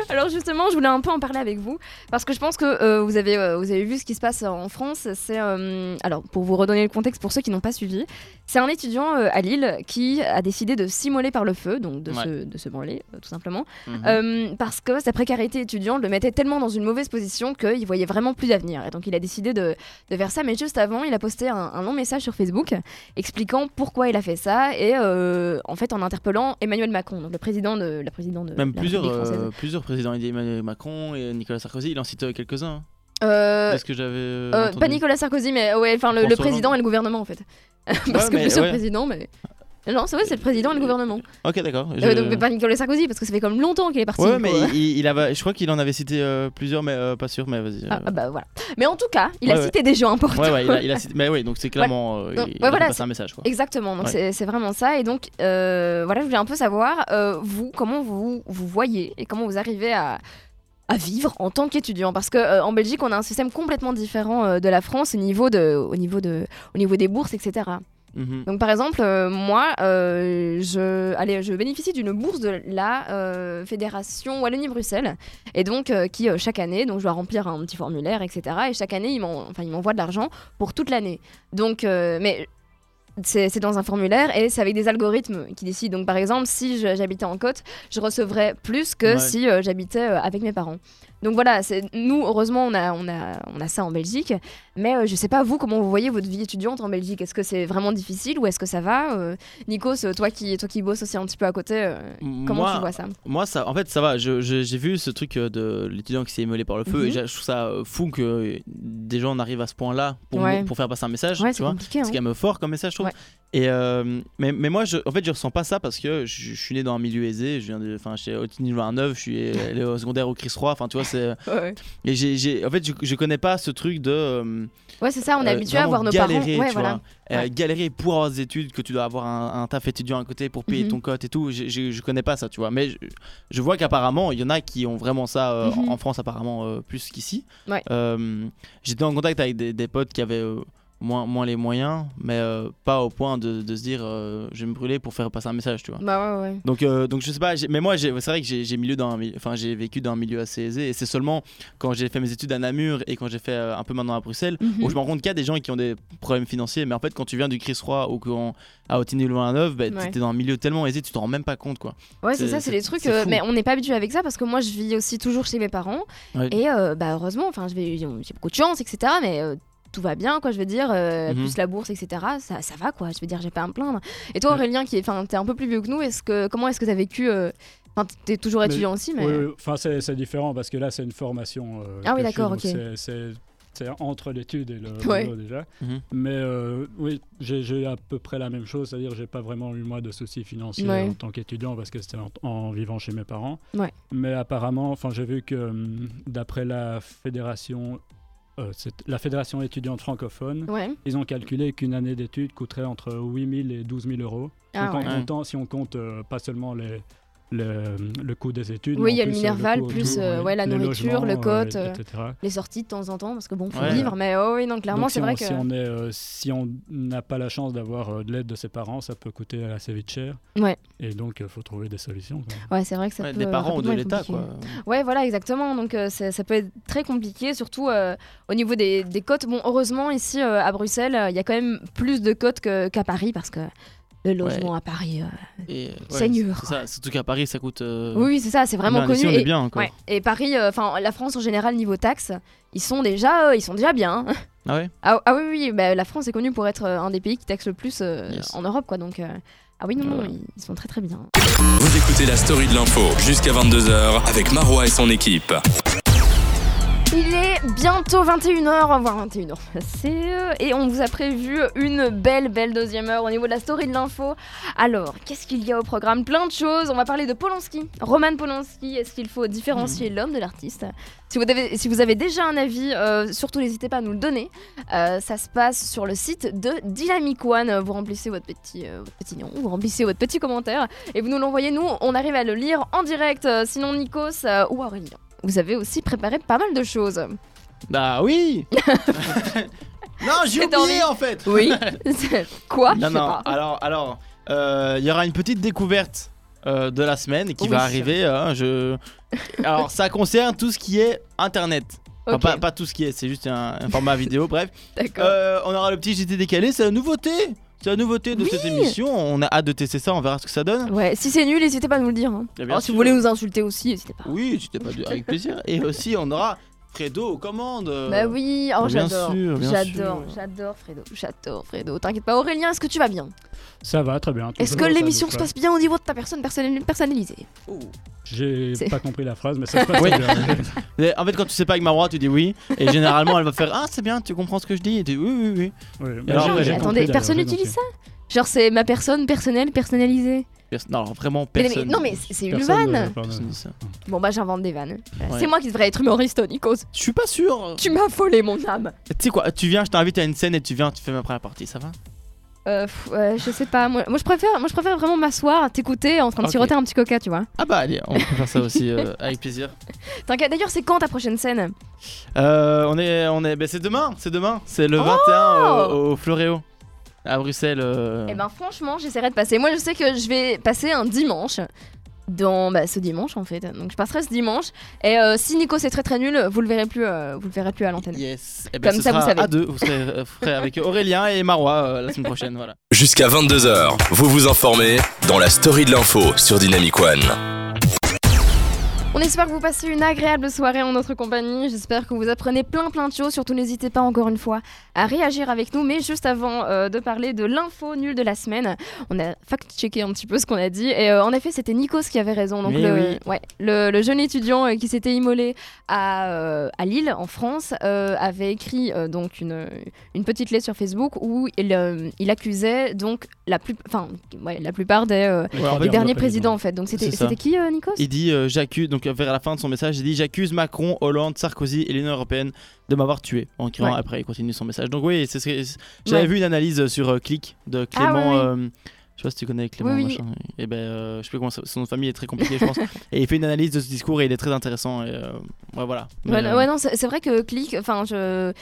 S2: Alors justement, je voulais un peu en parler avec vous parce que je pense que euh, vous avez euh, vous avez vu ce qui se passe en France. C'est euh, alors pour vous redonner le contexte pour ceux qui n'ont pas suivi, c'est un étudiant euh, à Lille qui a décidé de s'immoler par le feu, donc de
S3: Ouais.
S2: se de se branler euh, tout simplement.
S3: Mhm.
S2: Euh, parce que sa précarité étudiante le mettait tellement dans une mauvaise position qu'il voyait vraiment plus d'avenir. Et donc il a décidé de, de faire ça. Mais juste avant, il a posté un, un long message sur Facebook expliquant pourquoi il a fait ça et euh, en fait en interpellant Emmanuel Macron, donc le président de la présidente de
S3: Même
S2: la
S3: plusieurs,
S2: République française.
S3: euh, plusieurs présidents, il y a Emmanuel Macron et Nicolas Sarkozy, il en cite euh, quelques-uns.
S2: Euh,
S3: Est-ce que j'avais. euh,
S2: euh,
S3: entendu
S2: pas Nicolas Sarkozy, mais ouais, enfin le,
S3: François
S2: le
S3: Hollande.
S2: président et le gouvernement en fait. parce
S3: Ouais,
S2: que
S3: mais-
S2: plusieurs
S3: ouais.
S2: présidents, mais. Non, c'est vrai, c'est le président et le gouvernement.
S3: Ok, d'accord.
S2: Euh,
S3: je-
S2: donc, mais pas Nicolas Sarkozy, parce que ça fait comme longtemps qu'il est parti.
S3: Ouais,
S2: du
S3: mais
S2: coup, euh.
S3: il, il avait, je crois qu'il en avait cité euh, plusieurs, mais euh, pas sûr, mais vas-y. euh.
S2: Ah, ah, bah voilà. Mais en tout cas, il a
S3: Ouais, ouais.
S2: cité des gens importants.
S3: Ouais, ouais, il a, il a cité. Mais oui, donc c'est clairement. euh,
S2: Donc,
S3: il-
S2: ouais,
S3: il a
S2: voilà,
S3: passé
S2: c'est-
S3: un message, quoi.
S2: Exactement, donc
S3: Ouais.
S2: c'est- c'est vraiment ça. Et donc, euh, voilà, je voulais un peu savoir, euh, vous, comment vous vous voyez et comment vous arrivez à, à vivre en tant qu'étudiant Parce qu'en en Belgique, on a un système complètement différent euh, de la France au niveau, de, au, niveau de, au niveau des bourses, etc.
S3: Mhm.
S2: Donc, par exemple, euh, moi, euh, je, allez, je bénéficie d'une bourse de la euh, Fédération Wallonie-Bruxelles, et donc euh, qui, euh, chaque année, donc je dois remplir un petit formulaire, etc. Et chaque année, ils m'en- enfin, ils m'envoient de l'argent pour toute l'année. Donc, euh, mais c'est c'est dans un formulaire et c'est avec des algorithmes qui décident. Donc, par exemple, si je- j'habitais en côte, je recevrais plus que
S3: Ouais.
S2: si euh, j'habitais euh, avec mes parents. Donc voilà, c'est- nous, heureusement, on a, on, a, on a ça en Belgique. Mais euh, je sais pas, vous, comment vous voyez votre vie étudiante en Belgique Est-ce que c'est vraiment difficile ou est-ce que ça va Euh, Nikos, euh, toi qui, toi qui bosses aussi un petit peu à côté, euh, comment
S3: Moi,
S2: tu vois ça
S3: Moi, ça, en fait, ça va. Je- je- J'ai vu ce truc euh, de l'étudiant qui s'est immolé par le feu
S2: Mhm.
S3: et je trouve ça euh, fou que euh, des gens en arrivent à ce point-là pour,
S2: Ouais.
S3: mou- pour faire passer un message.
S2: Ouais,
S3: tu
S2: c'est
S3: vois
S2: compliqué.
S3: C'est
S2: hein.
S3: quand même fort comme message, je trouve.
S2: Ouais.
S3: Et euh, mais, mais moi, je, en fait, je ressens pas ça parce que je, je suis né dans un milieu aisé. Je viens de, enfin, j'étais au Tini 9, je suis allé au secondaire au Chris Roy. Enfin, tu vois, c'est.
S2: Ouais,
S3: Et j'ai, j'ai- en fait, je, je connais pas ce truc de. euh,
S2: Ouais, c'est ça, on est
S3: euh,
S2: habitué à
S3: vraiment
S2: voir nos
S3: galérer,
S2: parents. Ouais,
S3: tu
S2: voilà.
S3: vois. Euh,
S2: Ouais.
S3: galérer pour avoir des études, que tu dois avoir un, un taf étudiant à côté pour payer
S2: Mhm.
S3: ton cote et tout. Je, je, je connais pas ça, tu vois. Mais je, je vois qu'apparemment, il y en a qui ont vraiment ça euh,
S2: Mhm.
S3: en France, apparemment, euh, plus qu'ici.
S2: Ouais.
S3: Euh, J'étais en contact avec des, des potes qui avaient. euh, Moins, moins les moyens, mais euh, pas au point de, de se dire euh, je vais me brûler pour faire passer un message, tu vois.
S2: Bah ouais, ouais.
S3: Donc, euh, donc je sais pas, j'ai- mais moi, j'ai- c'est vrai que j'ai j'ai milieu dans un milieu- enfin, j'ai vécu dans un milieu assez aisé, et c'est seulement quand j'ai fait mes études à Namur et quand j'ai fait euh, un peu maintenant à Bruxelles
S2: Mhm.
S3: où je me rends compte qu'il y a des gens qui ont des problèmes financiers, mais en fait, quand tu viens du Chris Roy ou quand, à Otini le 29, bah,
S2: Ouais.
S3: t'es dans un milieu tellement aisé, tu t'en rends même pas compte, quoi.
S2: Ouais, c'est
S3: C'est-
S2: ça, c'est
S3: c'est-
S2: les trucs.
S3: c'est
S2: euh,
S3: fou.
S2: mais on n'est pas habitué avec ça parce que moi, je vis aussi toujours chez mes parents.
S3: Ouais.
S2: Et euh, bah, heureusement, enfin, je vais- j'ai j'ai beaucoup de chance, etc. Mais euh, tout va bien, quoi, je veux dire. euh,
S3: Mhm.
S2: Plus la bourse, etc. Ça, ça va, quoi. Je veux dire, j'ai pas à me plaindre. Et toi, Aurélien, qui est, enfin, t'es un peu plus vieux que nous, est-ce que, comment est-ce que t'as vécu euh, Enfin, t'es toujours
S4: Mais-
S2: étudiant aussi, mais.
S4: Oui, oui, enfin, c'est c'est différent parce que là, c'est une formation. euh,
S2: Ah oui,
S4: que je fais,
S2: d'accord,
S4: donc
S2: ok.
S4: c'est- C'est c'est entre l'étude et le
S2: Ouais.
S4: boulot déjà.
S3: Mhm.
S4: Mais euh, oui, j'ai j'ai eu à peu près la même chose, c'est-à-dire j'ai pas vraiment eu moi de soucis financiers
S2: Ouais.
S4: en tant qu'étudiant parce que c'était en, en vivant chez mes parents.
S2: Ouais.
S4: Mais apparemment, enfin, j'ai vu que hum, d'après la fédération, euh, c'est- la fédération étudiante francophone,
S2: Ouais.
S4: ils ont calculé qu'une année d'études coûterait entre 8 000 et 12 000 euros.
S2: Ah,
S4: Donc,
S2: ouais.
S4: en
S3: ouais.
S4: comptant, si on compte euh, pas seulement les, le- le coût des études.
S2: Oui,
S4: mais
S2: il y a le
S4: en plus, euh,
S2: Minerval,
S4: coût
S2: plus,
S4: autour,
S2: euh,
S4: oui,
S2: ouais, la
S4: les
S2: nourriture,
S4: logements,
S2: le cote,
S4: euh, etc.
S2: Les sorties de temps en temps, parce que bon, faut
S3: Ouais.
S2: vivre, mais oh, oui, non, clairement,
S4: Donc,
S2: c'est
S4: si
S2: vrai
S4: on-
S2: que.
S4: Si on est, euh, si on n'a pas la chance d'avoir euh, de l'aide de ses parents, ça peut coûter assez vite cher.
S2: Ouais.
S4: Et donc, il faut trouver des solutions. quoi.
S2: Ouais, c'est vrai que ça
S3: Ouais,
S2: peut. euh,
S3: des parents ou de
S2: rapidement être
S3: l'État,
S2: compliqué.
S3: quoi.
S2: Ouais, voilà, exactement. Donc euh, ça, ça peut être très compliqué, surtout euh, au niveau des, des cotes. Bon, heureusement, ici euh, à Bruxelles, euh, il y a quand même plus de cotes que- qu'à Paris, parce que le logement à Paris. euh,
S3: Et, euh,
S2: Seigneur,
S3: c'est ça, surtout qu'à Paris, ça coûte. euh,
S2: Oui, oui, c'est ça, c'est vraiment
S3: bien,
S2: connu.
S3: ici, on
S2: et...
S3: est bien, encore.
S2: ouais. Et Paris, euh, enfin la France en général, niveau taxes, ils sont déjà, euh, ils sont déjà bien. hein.
S3: Ah ouais
S2: Ah, ah oui, oui, oui, bah, la France est connue pour être euh, un des pays qui taxe le plus euh,
S3: Yes.
S2: en Europe, quoi. Donc, euh, ah oui, non, non,
S3: Ouais.
S2: ils- ils sont très très bien.
S1: Vous écoutez la story de l'info jusqu'à 22h avec Marois et son équipe.
S2: Il est bientôt 21h, voire 21h passé, euh, et on vous a prévu une belle, belle deuxième heure au niveau de la story de l'info. Alors, qu'est-ce qu'il y a au programme Plein de choses. On va parler de Polanski. Roman Polanski, est-ce qu'il faut différencier l'homme de l'artiste si vous, avez, si vous avez déjà un avis, euh, surtout n'hésitez pas à nous le donner. Euh, ça se passe sur le site de Dynamic One. Vous remplissez votre petit, euh, votre petit nom, vous remplissez votre petit commentaire et vous nous l'envoyez. Nous, on arrive à le lire en direct. Euh, Sinon, Nikos euh, ou Aurélien, vous avez aussi préparé pas mal de choses.
S3: Bah oui Non, j'ai
S2: C'est envie.
S3: oublié en fait
S2: Oui. Quoi Je
S3: Non,
S2: sais
S3: non,
S2: pas.
S3: alors, alors, euh, il y aura une petite découverte euh, de la semaine qui
S2: Oui.
S3: va arriver. hein, je... Alors, ça concerne tout ce qui est internet. Enfin,
S2: Ok,
S3: pas, pas tout ce qui est, c'est juste un, un format vidéo, bref.
S2: d'accord.
S3: Euh, on aura le petit JT décalé, c'est la nouveauté C'est la nouveauté de cette émission, on a hâte de tester ça, on verra ce que ça donne.
S2: Ouais, si c'est nul, n'hésitez pas à nous le dire. hein.
S3: Eh Bien
S2: Alors, si
S3: sûr.
S2: vous voulez nous insulter aussi, n'hésitez pas.
S3: Oui, c'était pas de- avec plaisir. Et aussi, on aura Fredo aux commandes.
S2: Bah oui, oh,
S3: Euh, bien
S2: j'adore.
S3: sûr, bien
S2: J'adore,
S3: sûr.
S2: j'adore Fredo, j'adore Fredo. T'inquiète pas, Aurélien, est-ce que tu vas bien
S4: Ça va, très bien.
S2: Est-ce que
S4: toujours, ça
S2: l'émission
S4: nous
S2: se
S4: plaît.
S2: passe bien au niveau de ta personne personnali- personnalisée
S3: Oh.
S4: J'ai
S2: C'est-
S4: pas compris la phrase, mais ça se passe
S3: Oui.
S4: très bien.
S3: Mais En fait, quand tu sais pas avec Marois, tu dis oui. Et généralement, elle va faire Ah, c'est bien, tu comprends ce que je dis. Et tu dis oui, oui, oui.
S4: Oui, mais
S3: alors,
S4: j'ai-
S3: mais
S4: j'ai
S3: attendez,
S4: compris, d'ailleurs,
S2: personne
S4: j'ai
S2: n'utilise
S4: compris.
S2: Genre, c'est ma personne personnelle, personnalisée
S3: Perso- Non, alors, vraiment,
S2: Mais- mais-
S3: personne.
S2: Non, mais c'est c'est une
S4: Personne, euh,
S2: vanne
S4: pardon.
S3: personne dit ça.
S2: Bon, bah, j'invente des vannes. Voilà.
S3: Ouais.
S2: C'est moi qui devrais être humoriste, Nikos.
S3: Je suis pas sûr.
S2: Tu
S3: Tu
S2: m'as volé mon âme
S3: sais quoi, tu viens, je t'invite à une scène et tu viens, tu fais ma première partie, ça va
S2: Euh, pff, ouais, je sais pas, moi, moi, je, préfère, moi je préfère vraiment m'asseoir, t'écouter en train de
S3: Ok.
S2: siroter un petit coca, tu vois.
S3: Ah bah allez, on peut faire ça aussi euh, avec plaisir.
S2: T'inquiète, d'ailleurs, c'est quand ta prochaine scène
S3: Euh, on est, on est, ben c'est demain, c'est demain, c'est le 21 au, au Floréo à Bruxelles. euh.
S2: Oh Eh ben, franchement, j'essaierai de passer. Moi, je sais que je vais passer un dimanche. Dans bah, ce dimanche en fait, donc je passerai ce dimanche. Et euh, si Nico c'est très très nul, vous le verrez plus, euh, vous le verrez plus à l'antenne.
S3: Yes. Eh ben,
S2: Comme
S3: ce
S2: ça, vous
S3: sera
S2: savez.
S3: À deux, vous serez, euh, ferez avec Aurélien et Marois euh, la semaine prochaine, voilà.
S1: Jusqu'à 22h, vous vous informez dans la story de l'info sur Dynamic One.
S2: On espère que vous passez une agréable soirée en notre compagnie. J'espère que vous apprenez plein plein de choses. Surtout n'hésitez pas encore une fois à réagir avec nous. Mais juste avant euh, de parler de l'info nulle de la semaine, on a fact-checké un petit peu ce qu'on a dit. Et euh, en effet, c'était Nikos qui avait raison. Donc
S3: Mais
S2: le,
S3: oui.
S2: ouais, le, le jeune étudiant euh, qui s'était immolé à, euh, à Lille, en France, euh, avait écrit euh, donc une, une petite lettre sur Facebook où il, euh, il accusait donc la, plus, enfin, ouais, la plupart des, euh,
S4: Les
S3: Ouais, en
S4: trois
S3: fait,
S2: des
S3: on
S2: derniers présidents en fait. Donc c'était
S3: C'est ça.
S2: c'était qui euh, Nikos
S3: Il dit euh, j'accuse, donc vers la fin de son message, il dit j'accuse Macron, Hollande, Sarkozy et l'Union européenne de m'avoir tué. En criant
S2: Ouais.
S3: après, il continue son message. Donc oui, c'est ce que- c'est- j'avais vu une analyse sur euh, Click de Clément.
S2: Ah oui, oui.
S3: euh, je sais pas si tu connais Clément.
S2: Oui, oui.
S3: machin. Et ben, euh, je sais pas comment ça- son nom de famille est très compliqué, je pense. Et il fait une analyse de ce discours et il est très intéressant. Et euh, ouais, voilà. Mais,
S2: Ouais,
S3: euh,
S2: ouais, non, c'est c'est vrai que Click, enfin, je.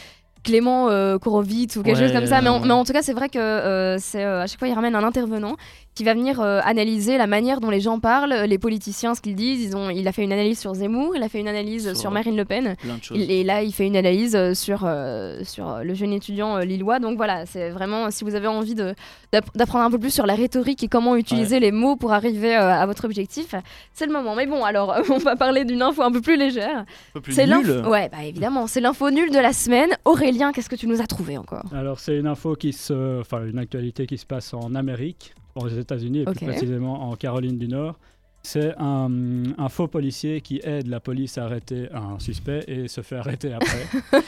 S2: Clément euh, Kourovitz ou quelque
S3: Ouais,
S2: chose comme ça, mais, en,
S3: ouais.
S2: mais en tout cas, c'est vrai que euh, c'est euh, à chaque fois, il ramène un intervenant qui va venir euh, analyser la manière dont les gens parlent, les politiciens, ce qu'ils disent. Ils ont, il a fait une analyse sur Zemmour, il a fait une analyse
S3: Sur-
S2: sur, Marine Le Pen,
S3: plein de choses.
S2: il- et là, il fait une analyse euh, sur, euh, sur euh, le jeune étudiant euh, lillois. Donc voilà, c'est vraiment, si vous avez envie de- d'app- d'apprendre un peu plus sur la rhétorique et comment utiliser les mots pour arriver euh, à votre objectif, c'est le moment. Mais bon, alors, on va parler d'une info un peu plus légère.
S3: Un peu plus
S2: C'est
S3: nul.
S2: l'info. Ouais, bah évidemment, c'est l'info nulle de la semaine. Aurélien, qu'est-ce que tu nous as trouvé encore
S4: Alors c'est une info qui se, enfin une actualité qui se passe en Amérique, aux États-Unis et
S2: Ok.
S4: plus précisément en Caroline du Nord. C'est un, un faux policier qui aide la police à arrêter un suspect et se fait arrêter après. Donc,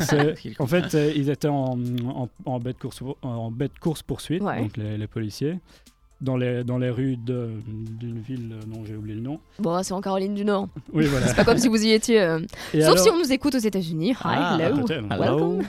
S4: c'est- en fait, c'est- ils étaient en, en, en bête course en bête course poursuite,
S2: Ouais.
S4: donc les, les policiers dans les dans les rues de- d'une ville dont j'ai oublié le nom.
S2: Bon, c'est en Caroline du Nord.
S4: Oui voilà.
S2: Pas comme si vous y étiez. euh,
S4: Et
S2: Sauf
S4: alors-
S2: si on nous écoute aux États-Unis. Hi,
S3: Ah,
S2: hello.
S4: peut-être.
S2: Welcome.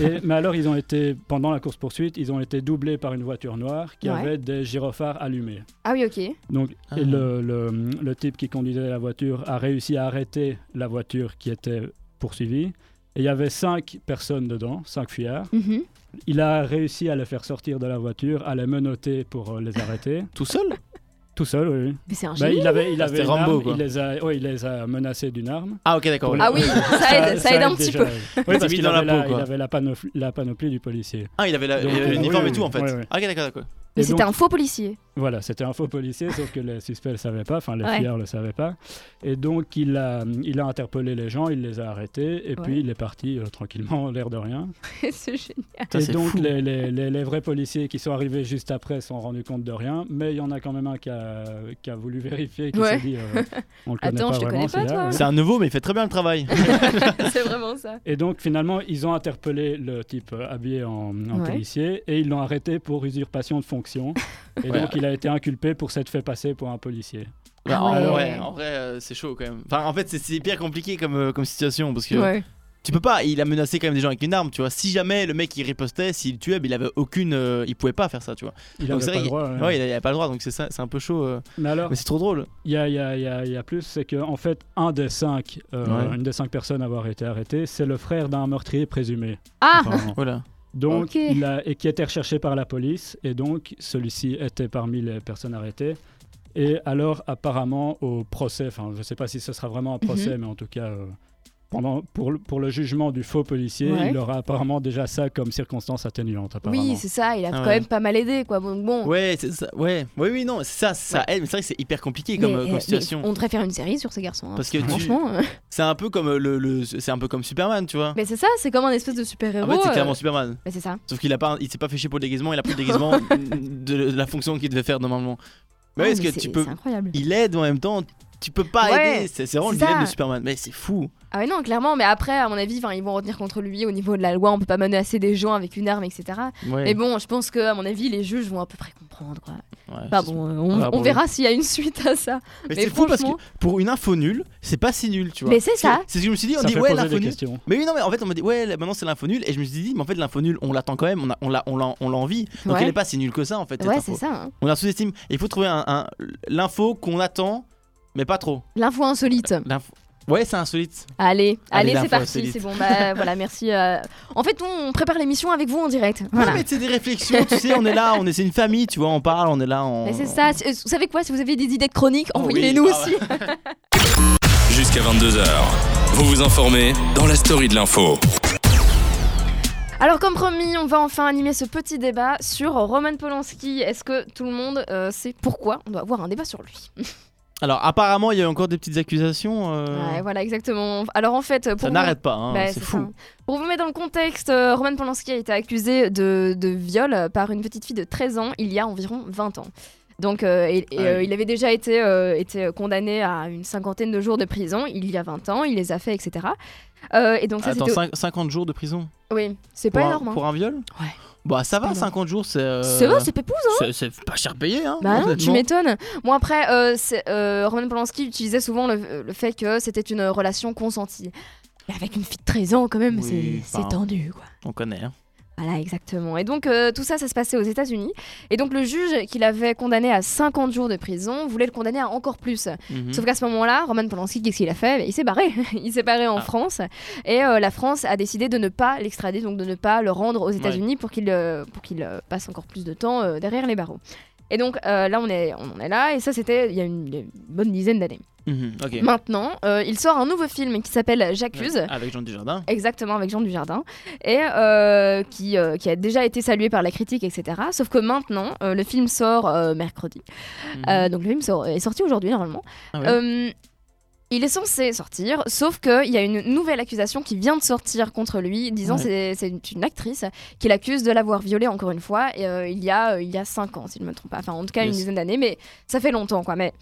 S4: Et- mais alors, ils ont été, pendant la course-poursuite, ils ont été doublés par une voiture noire qui
S2: Ouais.
S4: avait des gyrophares allumés.
S2: Ah oui, ok.
S4: Donc,
S3: Ah.
S4: et le, le- le type qui conduisait la voiture a réussi à arrêter la voiture qui était poursuivie. Et il y avait cinq personnes dedans, cinq fuyards.
S2: Mhm.
S4: Il a réussi à les faire sortir de la voiture, à les menotter pour euh, les arrêter.
S3: Tout seul
S4: Tout seul, oui.
S2: Mais c'est un
S4: Bah,
S2: génie.
S4: il avait, il
S3: Ah,
S4: avait
S3: c'était
S4: une
S3: Rambo,
S4: arme,
S3: quoi.
S4: il les a, ouais, il les a menacés d'une arme.
S3: Ah ok d'accord.
S4: Pour
S2: Ah oui, ça aide, ça aide un petit
S4: déjà,
S2: peu.
S4: ouais.
S3: Il
S4: Oui,
S3: s'est
S4: parce
S3: mis
S4: qu'il
S3: dans la
S4: avait, la,
S3: peau,
S4: il
S3: quoi.
S4: avait la, panoplie, la panoplie du policier.
S3: Ah il avait la- il
S4: Donc,
S3: avait
S4: euh,
S3: l'uniforme
S4: oui,
S3: et tout en fait.
S4: oui, oui.
S3: Ah, Ok d'accord d'accord.
S2: Mais
S4: Et
S2: c'était
S4: donc-
S2: un faux policier.
S4: Voilà, c'était un faux policier, sauf que les suspects ne le savaient pas, enfin les
S2: Ouais.
S4: filles ne le savaient pas. Et donc il a, il a interpellé les gens, il les a arrêtés, et
S2: Ouais.
S4: puis il est parti euh, tranquillement, l'air de rien.
S2: Ah, c'est génial.
S3: Ça,
S4: et
S3: c'est
S4: donc
S3: fou.
S4: les, les- les- les vrais policiers qui sont arrivés juste après se sont rendus compte de rien, mais il y en a quand même un qui a, qui a voulu vérifier, qui
S2: Ouais.
S4: s'est dit, euh, on le connaît
S2: Attends,
S4: pas
S2: je te
S4: vraiment,
S2: connais pas,
S4: celui-là,
S2: toi.
S4: ouais.
S3: C'est un nouveau, mais il fait très bien le travail.
S2: c'est vraiment ça.
S4: Et donc finalement, ils ont interpellé le type euh, habillé en, en
S2: Ouais.
S4: policier et ils l'ont arrêté pour usurpation de fonction. Et
S3: Ouais.
S4: donc il a été inculpé pour s'être fait passer pour un policier.
S3: Bah,
S2: Ah
S3: en,
S2: ouais.
S3: vrai, en vrai, euh, c'est chaud quand même. Enfin, en fait, c'est- c'est hyper compliqué comme, euh, comme situation parce que
S2: Ouais.
S3: tu peux pas. Il a menacé quand même des gens avec une arme, tu vois. Si jamais le mec il ripostait, s'il tuait, ben, il avait aucune. euh, il pouvait pas faire ça, tu vois.
S4: Il
S3: Donc,
S4: n'avait
S3: c'est
S4: pas
S3: vrai,
S4: le droit. hein.
S3: Ouais,
S4: ouais.
S3: il, a, il a pas le droit, donc c'est ça- c'est un peu chaud. euh.
S4: Mais alors,
S3: Mais c'est trop drôle.
S4: il y a, il y a- il y a- il y a plus, c'est qu'en fait, un des cinq, euh,
S3: Ouais.
S4: une des cinq personnes à avoir été arrêtées, c'est le frère d'un meurtrier présumé.
S2: Ah
S4: apparemment.
S3: Voilà.
S4: Donc,
S2: Ok.
S4: il a, et qui était recherché par la police, et donc celui-ci était parmi les personnes arrêtées. Et alors, apparemment, au procès, enfin, je ne sais pas si ce sera vraiment
S2: Mhm.
S4: un procès, mais en tout cas, euh, pendant, pour, le, pour le jugement du faux policier,
S2: Ouais.
S4: il aura apparemment déjà ça comme circonstance atténuante, apparemment.
S2: Oui, c'est ça, il a
S3: Ah
S2: quand
S3: ouais.
S2: même pas mal aidé, quoi. Bon, bon.
S3: Ouais, c'est ça. Ouais. Oui, oui, non, c'est ça, ça aide, mais c'est vrai que c'est hyper compliqué comme,
S2: Mais,
S3: euh,
S2: euh,
S3: comme
S2: mais
S3: situation.
S2: on devrait faire une série sur ces garçons. hein.
S3: Parce que tu-
S2: Franchement, euh,
S3: c'est un peu comme euh, le, le- c'est un peu comme Superman, tu vois.
S2: mais c'est ça, c'est comme un espèce de super-héros.
S3: en fait, Ah c'est
S2: euh,
S3: clairement Superman.
S2: Mais c'est ça.
S3: Sauf qu'il a pas, il s'est pas fait chier pour le déguisement, il a pris le déguisement de, de la fonction qu'il devait faire normalement. Mais
S2: Ouais,
S3: est-ce
S2: Ah, mais
S3: que tu
S2: c'est-
S3: peux,
S2: C'est incroyable.
S3: il aide mais en même temps, tu peux pas
S2: Ouais,
S3: aider. C'est c'est vraiment le
S2: c'est ça.
S3: dilemme de Superman. Mais c'est fou.
S2: Ah ouais, non, clairement, mais après, à mon avis, enfin, ils vont retenir contre lui au niveau de la loi, on peut pas menacer des gens avec une arme, etc. Mais bon, je pense que, à mon avis, les juges vont à peu près comprendre. Quoi.
S3: Ouais,
S2: Enfin
S3: Ah, c'est-
S2: bon, euh, on,
S3: Ah,
S2: on
S3: pour le-
S2: verra s'il y a une suite à ça.
S3: Mais,
S2: mais
S3: c'est fou parce que
S2: franchement-
S3: pour une info nulle, c'est pas si nul, tu vois.
S2: Mais c'est
S3: Parce
S2: ça.
S3: que- C'est ce que je me suis dit. On
S4: Ça
S3: dit
S4: fait
S3: ouais
S4: poser
S3: l'info
S4: des
S3: nulle.
S4: questions.
S3: Mais oui, non, mais en fait, on m'a dit, ouais, là, maintenant c'est l'info nulle. Et je me suis dit, mais en fait, l'info nulle, on l'attend quand même, on, a- on, l'a- on, l'a- on l'a envie. Donc
S2: Ouais.
S3: elle est pas si nulle que ça, en fait. cette
S2: ouais,
S3: info.
S2: c'est ça. hein.
S3: On la sous-estime. Et Il faut trouver un, un- l'info qu'on attend, mais pas trop.
S2: L'info insolite.
S3: L'info- Ouais, c'est insolite.
S2: Allez,
S3: Allez,
S2: allez, c'est
S3: l'info
S2: parti.
S3: insolite.
S2: C'est bon, bah voilà, merci. euh. En fait, on prépare l'émission avec vous en direct. Voilà.
S3: Non, mais c'est des réflexions, tu sais, on est là, on est, c'est une famille, tu vois, on parle, on est là, on.
S2: Mais c'est ça. c'est- euh, Vous savez quoi Si vous avez des idées de chroniques,
S3: Oh oui,
S2: envoyez-les-nous
S3: ah
S2: aussi.
S1: Jusqu'à 22h. Vous vous informez dans la story de l'info.
S2: Alors comme promis, on va enfin animer ce petit débat sur Roman Polanski. Est-ce que tout le monde euh, sait pourquoi on doit avoir un débat sur lui
S3: Alors, apparemment, il y a eu encore des petites accusations. euh,
S2: Ouais, voilà exactement. Alors en fait, pour
S3: ça
S2: vous-
S3: n'arrête pas, hein,
S2: Ouais,
S3: c'est
S2: c'est
S3: fou.
S2: ça. Pour vous mettre dans le contexte, euh, Roman Polanski a été accusé de, de viol par une petite fille de 13 ans il y a environ 20 ans. Donc, euh, et- et,
S3: Ah oui.
S2: euh, il avait déjà été, euh, été condamné à une cinquantaine de jours de prison il y a 20 ans, il les a fait, etc. Euh, et donc ça,
S3: Attends,
S2: c'était-
S3: cinq- 50 jours de prison
S2: Oui, c'est
S3: pour,
S2: pas
S3: un,
S2: énorme. hein.
S3: pour un viol
S2: Ouais.
S3: Bah, ça
S2: pas
S3: va,
S2: énorme.
S3: 50 jours, c'est. euh,
S2: C'est vrai, c'est pépouze, hein
S3: c'est- c'est pas cher payé, hein
S2: Bah non, tu
S3: honnêtement.
S2: m'étonnes. Bon après, euh, c'est- euh, Roman Polanski utilisait souvent le, le fait que c'était une relation consentie. Mais avec une fille de 13 ans quand même,
S3: Oui,
S2: c'est
S3: enfin.
S2: c'est tendu quoi.
S3: On connaît. hein.
S2: Voilà, exactement. Et donc, euh, tout ça, ça se passait aux États-Unis. Et donc, le juge qui l'avait condamné à 50 jours de prison voulait le condamner à encore plus.
S3: Mhm.
S2: Sauf qu'à ce moment-là, Roman Polanski, qu'est-ce qu'il a fait Il s'est barré. Il s'est barré en
S3: Ah.
S2: France. Et euh, la France a décidé de ne pas l'extrader, donc de ne pas le rendre aux États-Unis pour qu'il euh, pour qu'il euh, passe encore plus de temps euh, derrière les barreaux. Et donc, euh, là, on, est, on en est là. Et ça, c'était il y a une, il y a une bonne dizaine d'années.
S3: Mhm, Ok.
S2: Maintenant, euh, il sort un nouveau film qui s'appelle J'accuse.
S3: Ouais, Avec Jean Dujardin.
S2: Exactement, avec Jean Dujardin, et euh, qui, euh, qui a déjà été salué par la critique, etc. Sauf que maintenant, euh, le film sort euh, mercredi.
S3: Mhm.
S2: Euh, donc le film sort- est sorti aujourd'hui, normalement.
S3: Ah ouais.
S2: Euh, il est censé sortir, sauf qu'il y a une nouvelle accusation qui vient de sortir contre lui, disant
S3: Ouais.
S2: c'est- c'est une, une actrice qui l'accuse de l'avoir violée encore une fois, et, euh, il y a euh, il y a 5 ans, si je ne me trompe pas. Enfin, en tout cas, une
S3: Yes.
S2: dizaine d'années, mais ça fait longtemps, quoi. Mais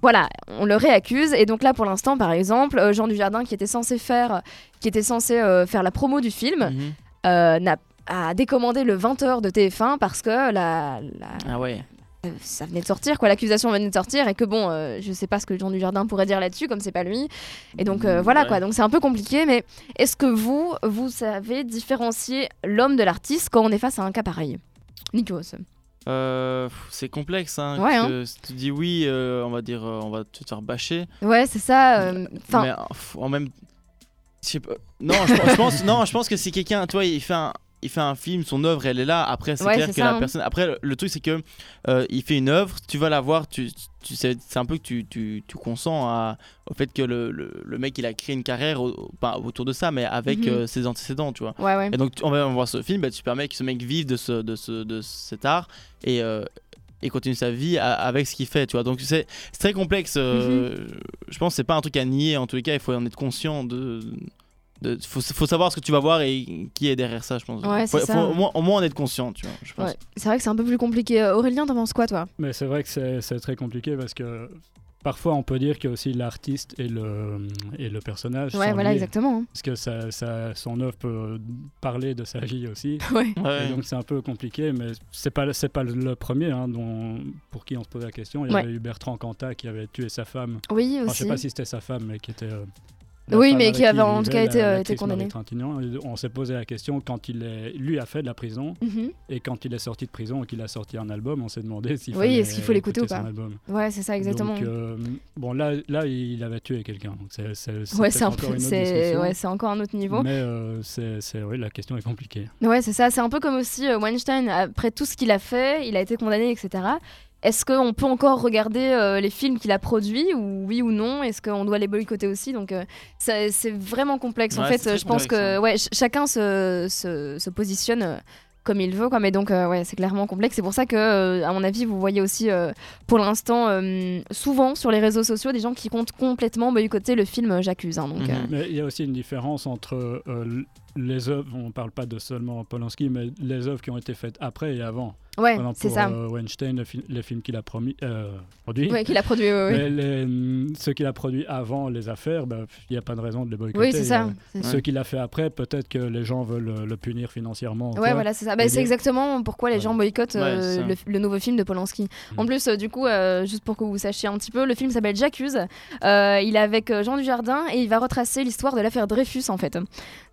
S2: voilà, on le réaccuse. Et donc là, pour l'instant, par exemple, euh, Jean Dujardin, qui était censé faire, qui était censé euh, faire la promo du film,
S3: Mhm.
S2: euh, n'a a décommandé le 20h de TF1 parce que la, la-
S3: Ah ouais.
S2: euh, ça venait de sortir, quoi. L'accusation venait de sortir et que bon, euh, je sais pas ce que Jean Dujardin pourrait dire là-dessus, comme c'est pas lui. Et donc euh,
S3: Mm,
S2: voilà,
S3: ouais.
S2: quoi. Donc c'est un peu compliqué, mais est-ce que vous, vous savez différencier l'homme de l'artiste quand on est face à un cas pareil Nikos.
S3: Euh, pff, c'est complexe, hein,
S2: Ouais,
S3: parce
S2: hein.
S3: que si tu dis oui, euh, on va dire, euh, on va te faire bâcher.
S2: Ouais, c'est ça. euh, Enfin,
S3: Mais, euh, pff, en même, je sais pas. Non, je, je pense, non, je pense que si quelqu'un, toi, il fait un, il fait un film, son œuvre, elle est là. Après, c'est
S2: Ouais,
S3: clair
S2: c'est
S3: que
S2: ça,
S3: la
S2: hein.
S3: personne. Après, le- le truc, c'est que euh, il fait une œuvre, tu vas la voir, tu, tu sais, c'est un peu que tu, tu, tu consens à, au fait que le, le, le mec, il a créé une carrière au- pas autour de ça, mais avec
S2: Mhm.
S3: euh, ses antécédents, tu vois.
S2: ouais, ouais.
S3: Et donc, tu- on va voir ce film, bah, tu permets que ce mec vive de, ce, de, ce, de cet art. Et, euh, et continue sa vie a- avec ce qu'il fait, tu vois. Donc c'est c'est très complexe. euh,
S2: Mhm.
S3: Je pense que c'est pas un truc à nier. En tous les cas, il faut en être conscient de. de faut, faut savoir ce que tu vas voir et qui est derrière ça, je pense.
S2: Ouais,
S3: faut,
S2: c'est ça.
S3: faut au, moins, au moins en être conscient, tu vois. Je pense.
S2: Ouais. C'est vrai que c'est un peu plus compliqué. Euh, Aurélien, t'en penses quoi, toi
S4: Mais c'est vrai que c'est c'est très compliqué parce que parfois on peut dire que aussi l'artiste et le, et le personnage.
S2: Ouais,
S4: sont
S2: voilà,
S4: liés.
S2: exactement. hein.
S4: Parce que ça, ça- son œuvre peut parler de sa vie aussi.
S2: hein. Ouais.
S3: Ouais.
S4: Et donc c'est un peu compliqué, mais c'est pas, c'est pas le premier hein, dont, pour qui on se pose la question. Il y
S2: Ouais.
S4: avait eu Bertrand Cantat qui avait tué sa femme.
S2: Oui,
S4: Enfin, je
S2: aussi.
S4: sais pas si c'était sa femme, mais qui était. euh, la
S2: Oui,
S4: femme
S2: mais
S4: avec
S2: qui avait
S4: il
S2: en tout
S4: vivait,
S2: cas
S4: la-
S2: été, euh,
S4: l'actrice
S2: été condamnée.
S4: Marie Trintignant. Et On s'est posé la question quand il est, lui a fait de la prison
S2: Mhm.
S4: et quand il est sorti de prison et qu'il a sorti un album, on s'est demandé s'il
S2: Oui,
S4: fallait
S2: est-ce qu'il faut l'écouter
S4: écouter
S2: ou pas
S4: son album.
S2: Ouais, c'est ça, exactement.
S4: Donc, euh, bon, là, là, il avait tué quelqu'un. donc c'est- c'est- c'est
S2: ouais,
S4: peut-être
S2: c'est un
S4: encore
S2: peu-
S4: une autre
S2: c'est
S4: discussion.
S2: ouais, c'est encore un autre niveau.
S4: Mais euh, c'est, c'est- oui, la question est compliquée.
S2: Ouais, c'est ça. C'est un peu comme aussi euh, Weinstein, après tout ce qu'il a fait, il a été condamné, etc. Est-ce qu'on peut encore regarder euh, les films qu'il a produits, ou oui ou non Est-ce qu'on doit les boycotter aussi Donc, euh, ça- c'est vraiment complexe. en
S3: Ouais,
S2: fait,
S3: c'est
S2: euh,
S3: très
S2: je pense que
S3: complexe,
S2: ouais, ch- chacun se, se- se positionne. euh, comme il veut quoi mais donc euh, ouais c'est clairement complexe c'est pour ça que euh, à mon avis vous voyez aussi euh, pour l'instant euh, souvent sur les réseaux sociaux des gens qui comptent complètement boycotter le film euh, j'accuse hein, donc
S3: Mhm.
S2: euh,
S4: Mais il y a aussi une différence entre euh, l- les œuvres, on ne parle pas de seulement Polanski, mais les œuvres qui ont été faites après et avant.
S2: ouais
S4: Par exemple,
S2: c'est
S4: pour
S2: ça
S4: euh, Weinstein, le fi- les films qu'il a promis, euh, produit.
S2: ouais qu'il a produit ouais, ouais.
S4: Mais les, hum, ceux qu'il a produit avant les affaires, bah, pff, il n'y a pas de raison de les boycotter.
S2: oui c'est ça
S4: Euh,
S2: C'est-
S4: Ceux qu'il a fait après, peut-être que les gens veulent euh, le punir financièrement. ou
S2: Ouais,
S4: quoi.
S2: voilà, c'est ça. Bah,
S4: Et
S2: c'est
S4: des-
S2: exactement pourquoi les
S4: Voilà.
S2: gens boycottent euh,
S3: Ouais, c'est ça.
S2: le, le nouveau film de Polanski. En
S4: Mm.
S2: plus, euh, du coup, euh, juste pour que vous sachiez un petit peu, le film s'appelle J'accuse. Euh, il est avec euh, Jean Dujardin et il va retracer l'histoire de l'affaire Dreyfus, en fait.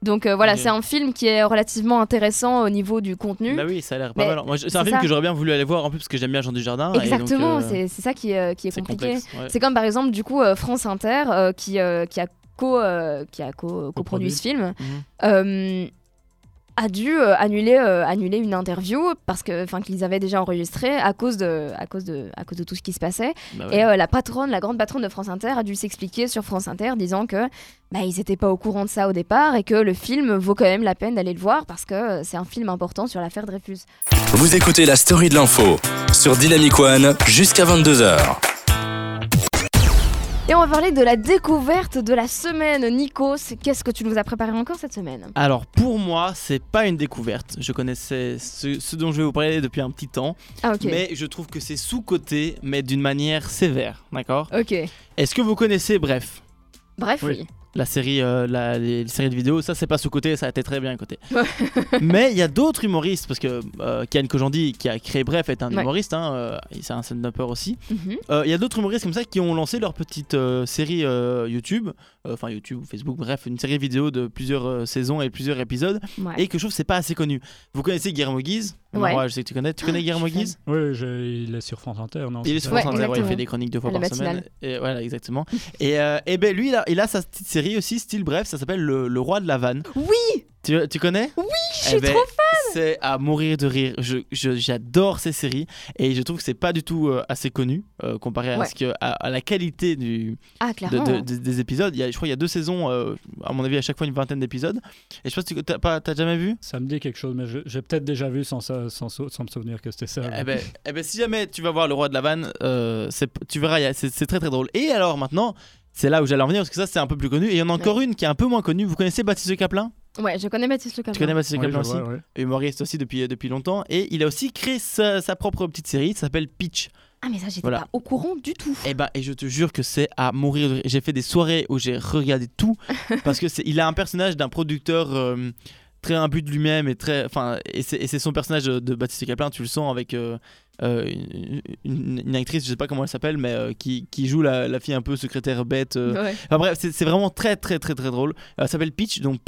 S2: Donc euh, voilà,
S3: Ok.
S2: c'est un film qui est relativement intéressant au niveau du contenu.
S3: Bah oui, ça a l'air pas
S2: Mais
S3: mal. Moi, je- c'est
S2: c'est
S3: un film
S2: ça.
S3: que j'aurais bien voulu aller voir en plus parce que j'aime bien Jean Dujardin. et donc,
S2: exactement,
S3: euh,
S2: c'est c'est ça qui, est- qui est
S3: c'est
S2: compliqué.
S3: complexe. ouais.
S2: C'est comme par exemple, du coup, euh, France Inter euh, qui, euh, qui a co, euh, qui a co- coproduit
S4: Coproduit.
S2: ce film.
S3: Mhm.
S2: euh, a dû euh, annuler, euh, annuler une interview parce que, enfin, qu'ils avaient déjà enregistrée à cause de, à cause de, à cause de tout ce qui se passait.
S3: Bah ouais.
S2: Et euh, la patronne, la grande patronne de France Inter, a dû s'expliquer sur France Inter, disant que, bah, ils n'étaient pas au courant de ça au départ et que le film vaut quand même la peine d'aller le voir parce que euh, c'est un film important sur l'affaire Dreyfus.
S1: Vous écoutez la story de l'info sur Dynamic One jusqu'à 22h.
S2: Et on va parler de la découverte de la semaine, Nikos. Qu'est-ce que tu nous as préparé encore cette semaine
S3: Alors pour moi, c'est pas une découverte. Je connaissais ce, ce dont je vais vous parler depuis un petit temps,
S2: Ah ok.
S3: mais je trouve que c'est sous-coté, mais d'une manière sévère, d'accord
S2: Ok.
S3: Est-ce que vous connaissez Bref
S2: Bref,
S4: Oui.
S2: oui.
S3: la série, euh, la, les, les séries de vidéos, ça c'est pas sous-côté, ça a été très bien côté.
S2: Ouais.
S3: Mais il y a d'autres humoristes, parce que euh, Kian Kojandi, qui a créé Bref, est un
S2: Ouais.
S3: humoriste, hein, euh, et c'est un stand-upper aussi.
S2: Mhm.
S3: Euh, Il y a d'autres humoristes comme ça qui ont lancé leur petite euh, série euh, YouTube, euh, enfin YouTube ou Facebook, bref, une série vidéo de plusieurs euh, saisons et plusieurs épisodes,
S2: Ouais.
S3: et que je trouve que c'est pas assez connu. Vous connaissez Guillermo Guise
S2: Ouais.
S3: Marois, je sais que tu connais. Tu connais Guillermo
S2: je suis fan.
S3: Guise
S4: Oui, je- il est sur France Inter, non
S3: Il est
S4: c'est
S3: sur
S4: ça
S3: France Inter, ouais, il
S2: exactement.
S3: fait des chroniques deux fois
S2: À la
S3: par semaine.
S2: matinale.
S3: Et voilà, exactement. et, euh, et ben lui, il a, il a sa petite série aussi, style bref, ça s'appelle le, Le Roi de la Vanne.
S2: Oui,
S3: Tu, tu connais
S2: Oui, je
S3: Eh
S2: suis
S3: ben,
S2: trop
S3: C'est à mourir de rire. Je- je- J'adore ces séries et je trouve que c'est pas du tout euh, assez connu euh, comparé à,
S2: Ouais.
S3: ce que, à, à la qualité du,
S2: Ah,
S3: de-
S2: clairement.
S3: de- de- des épisodes. Il y a, je crois qu'il y a deux saisons, euh, à mon avis, à chaque fois une vingtaine d'épisodes. Et je pense que tu t'as pas- t'as jamais vu
S4: Ça me dit quelque chose, mais je- j'ai peut-être déjà vu sans, ça- sans, sou- sans me souvenir que c'était ça.
S3: eh ben, eh ben, si jamais tu vas voir le roi de la vanne, euh, c'est- tu verras, il y a- c'est c'est très très drôle. Et alors maintenant, c'est là où j'allais en venir parce que ça c'est un peu plus connu. Et il y en a encore une qui est un peu moins connue. Vous connaissez Baptiste Caplin
S2: Ouais, je connais Baptiste Le
S3: Tu
S2: Caplin.
S3: connais Baptiste
S4: Oui, je
S3: Caplin aussi
S4: vois, ouais.
S3: humoriste aussi depuis, depuis longtemps, et il a aussi créé sa, sa propre petite série, ça s'appelle Pitch.
S2: Ah, mais ça, j'étais
S3: Voilà.
S2: pas au courant du tout.
S3: Et ben, et je te jure que c'est à mourir. de rire. J'ai fait des soirées où j'ai regardé tout parce que c'est, il a un personnage d'un producteur euh, très imbu de lui-même et très, enfin, et c'est, et c'est son personnage de, de Baptiste Caplin, tu le sens avec. euh, euh, une, une- une actrice, je sais pas comment elle s'appelle, mais euh, qui, qui joue la, la fille un peu secrétaire bête. euh,
S2: Ouais.
S3: Enfin bref, c'est c'est vraiment très très très très drôle. Euh, ça s'appelle Pitch, donc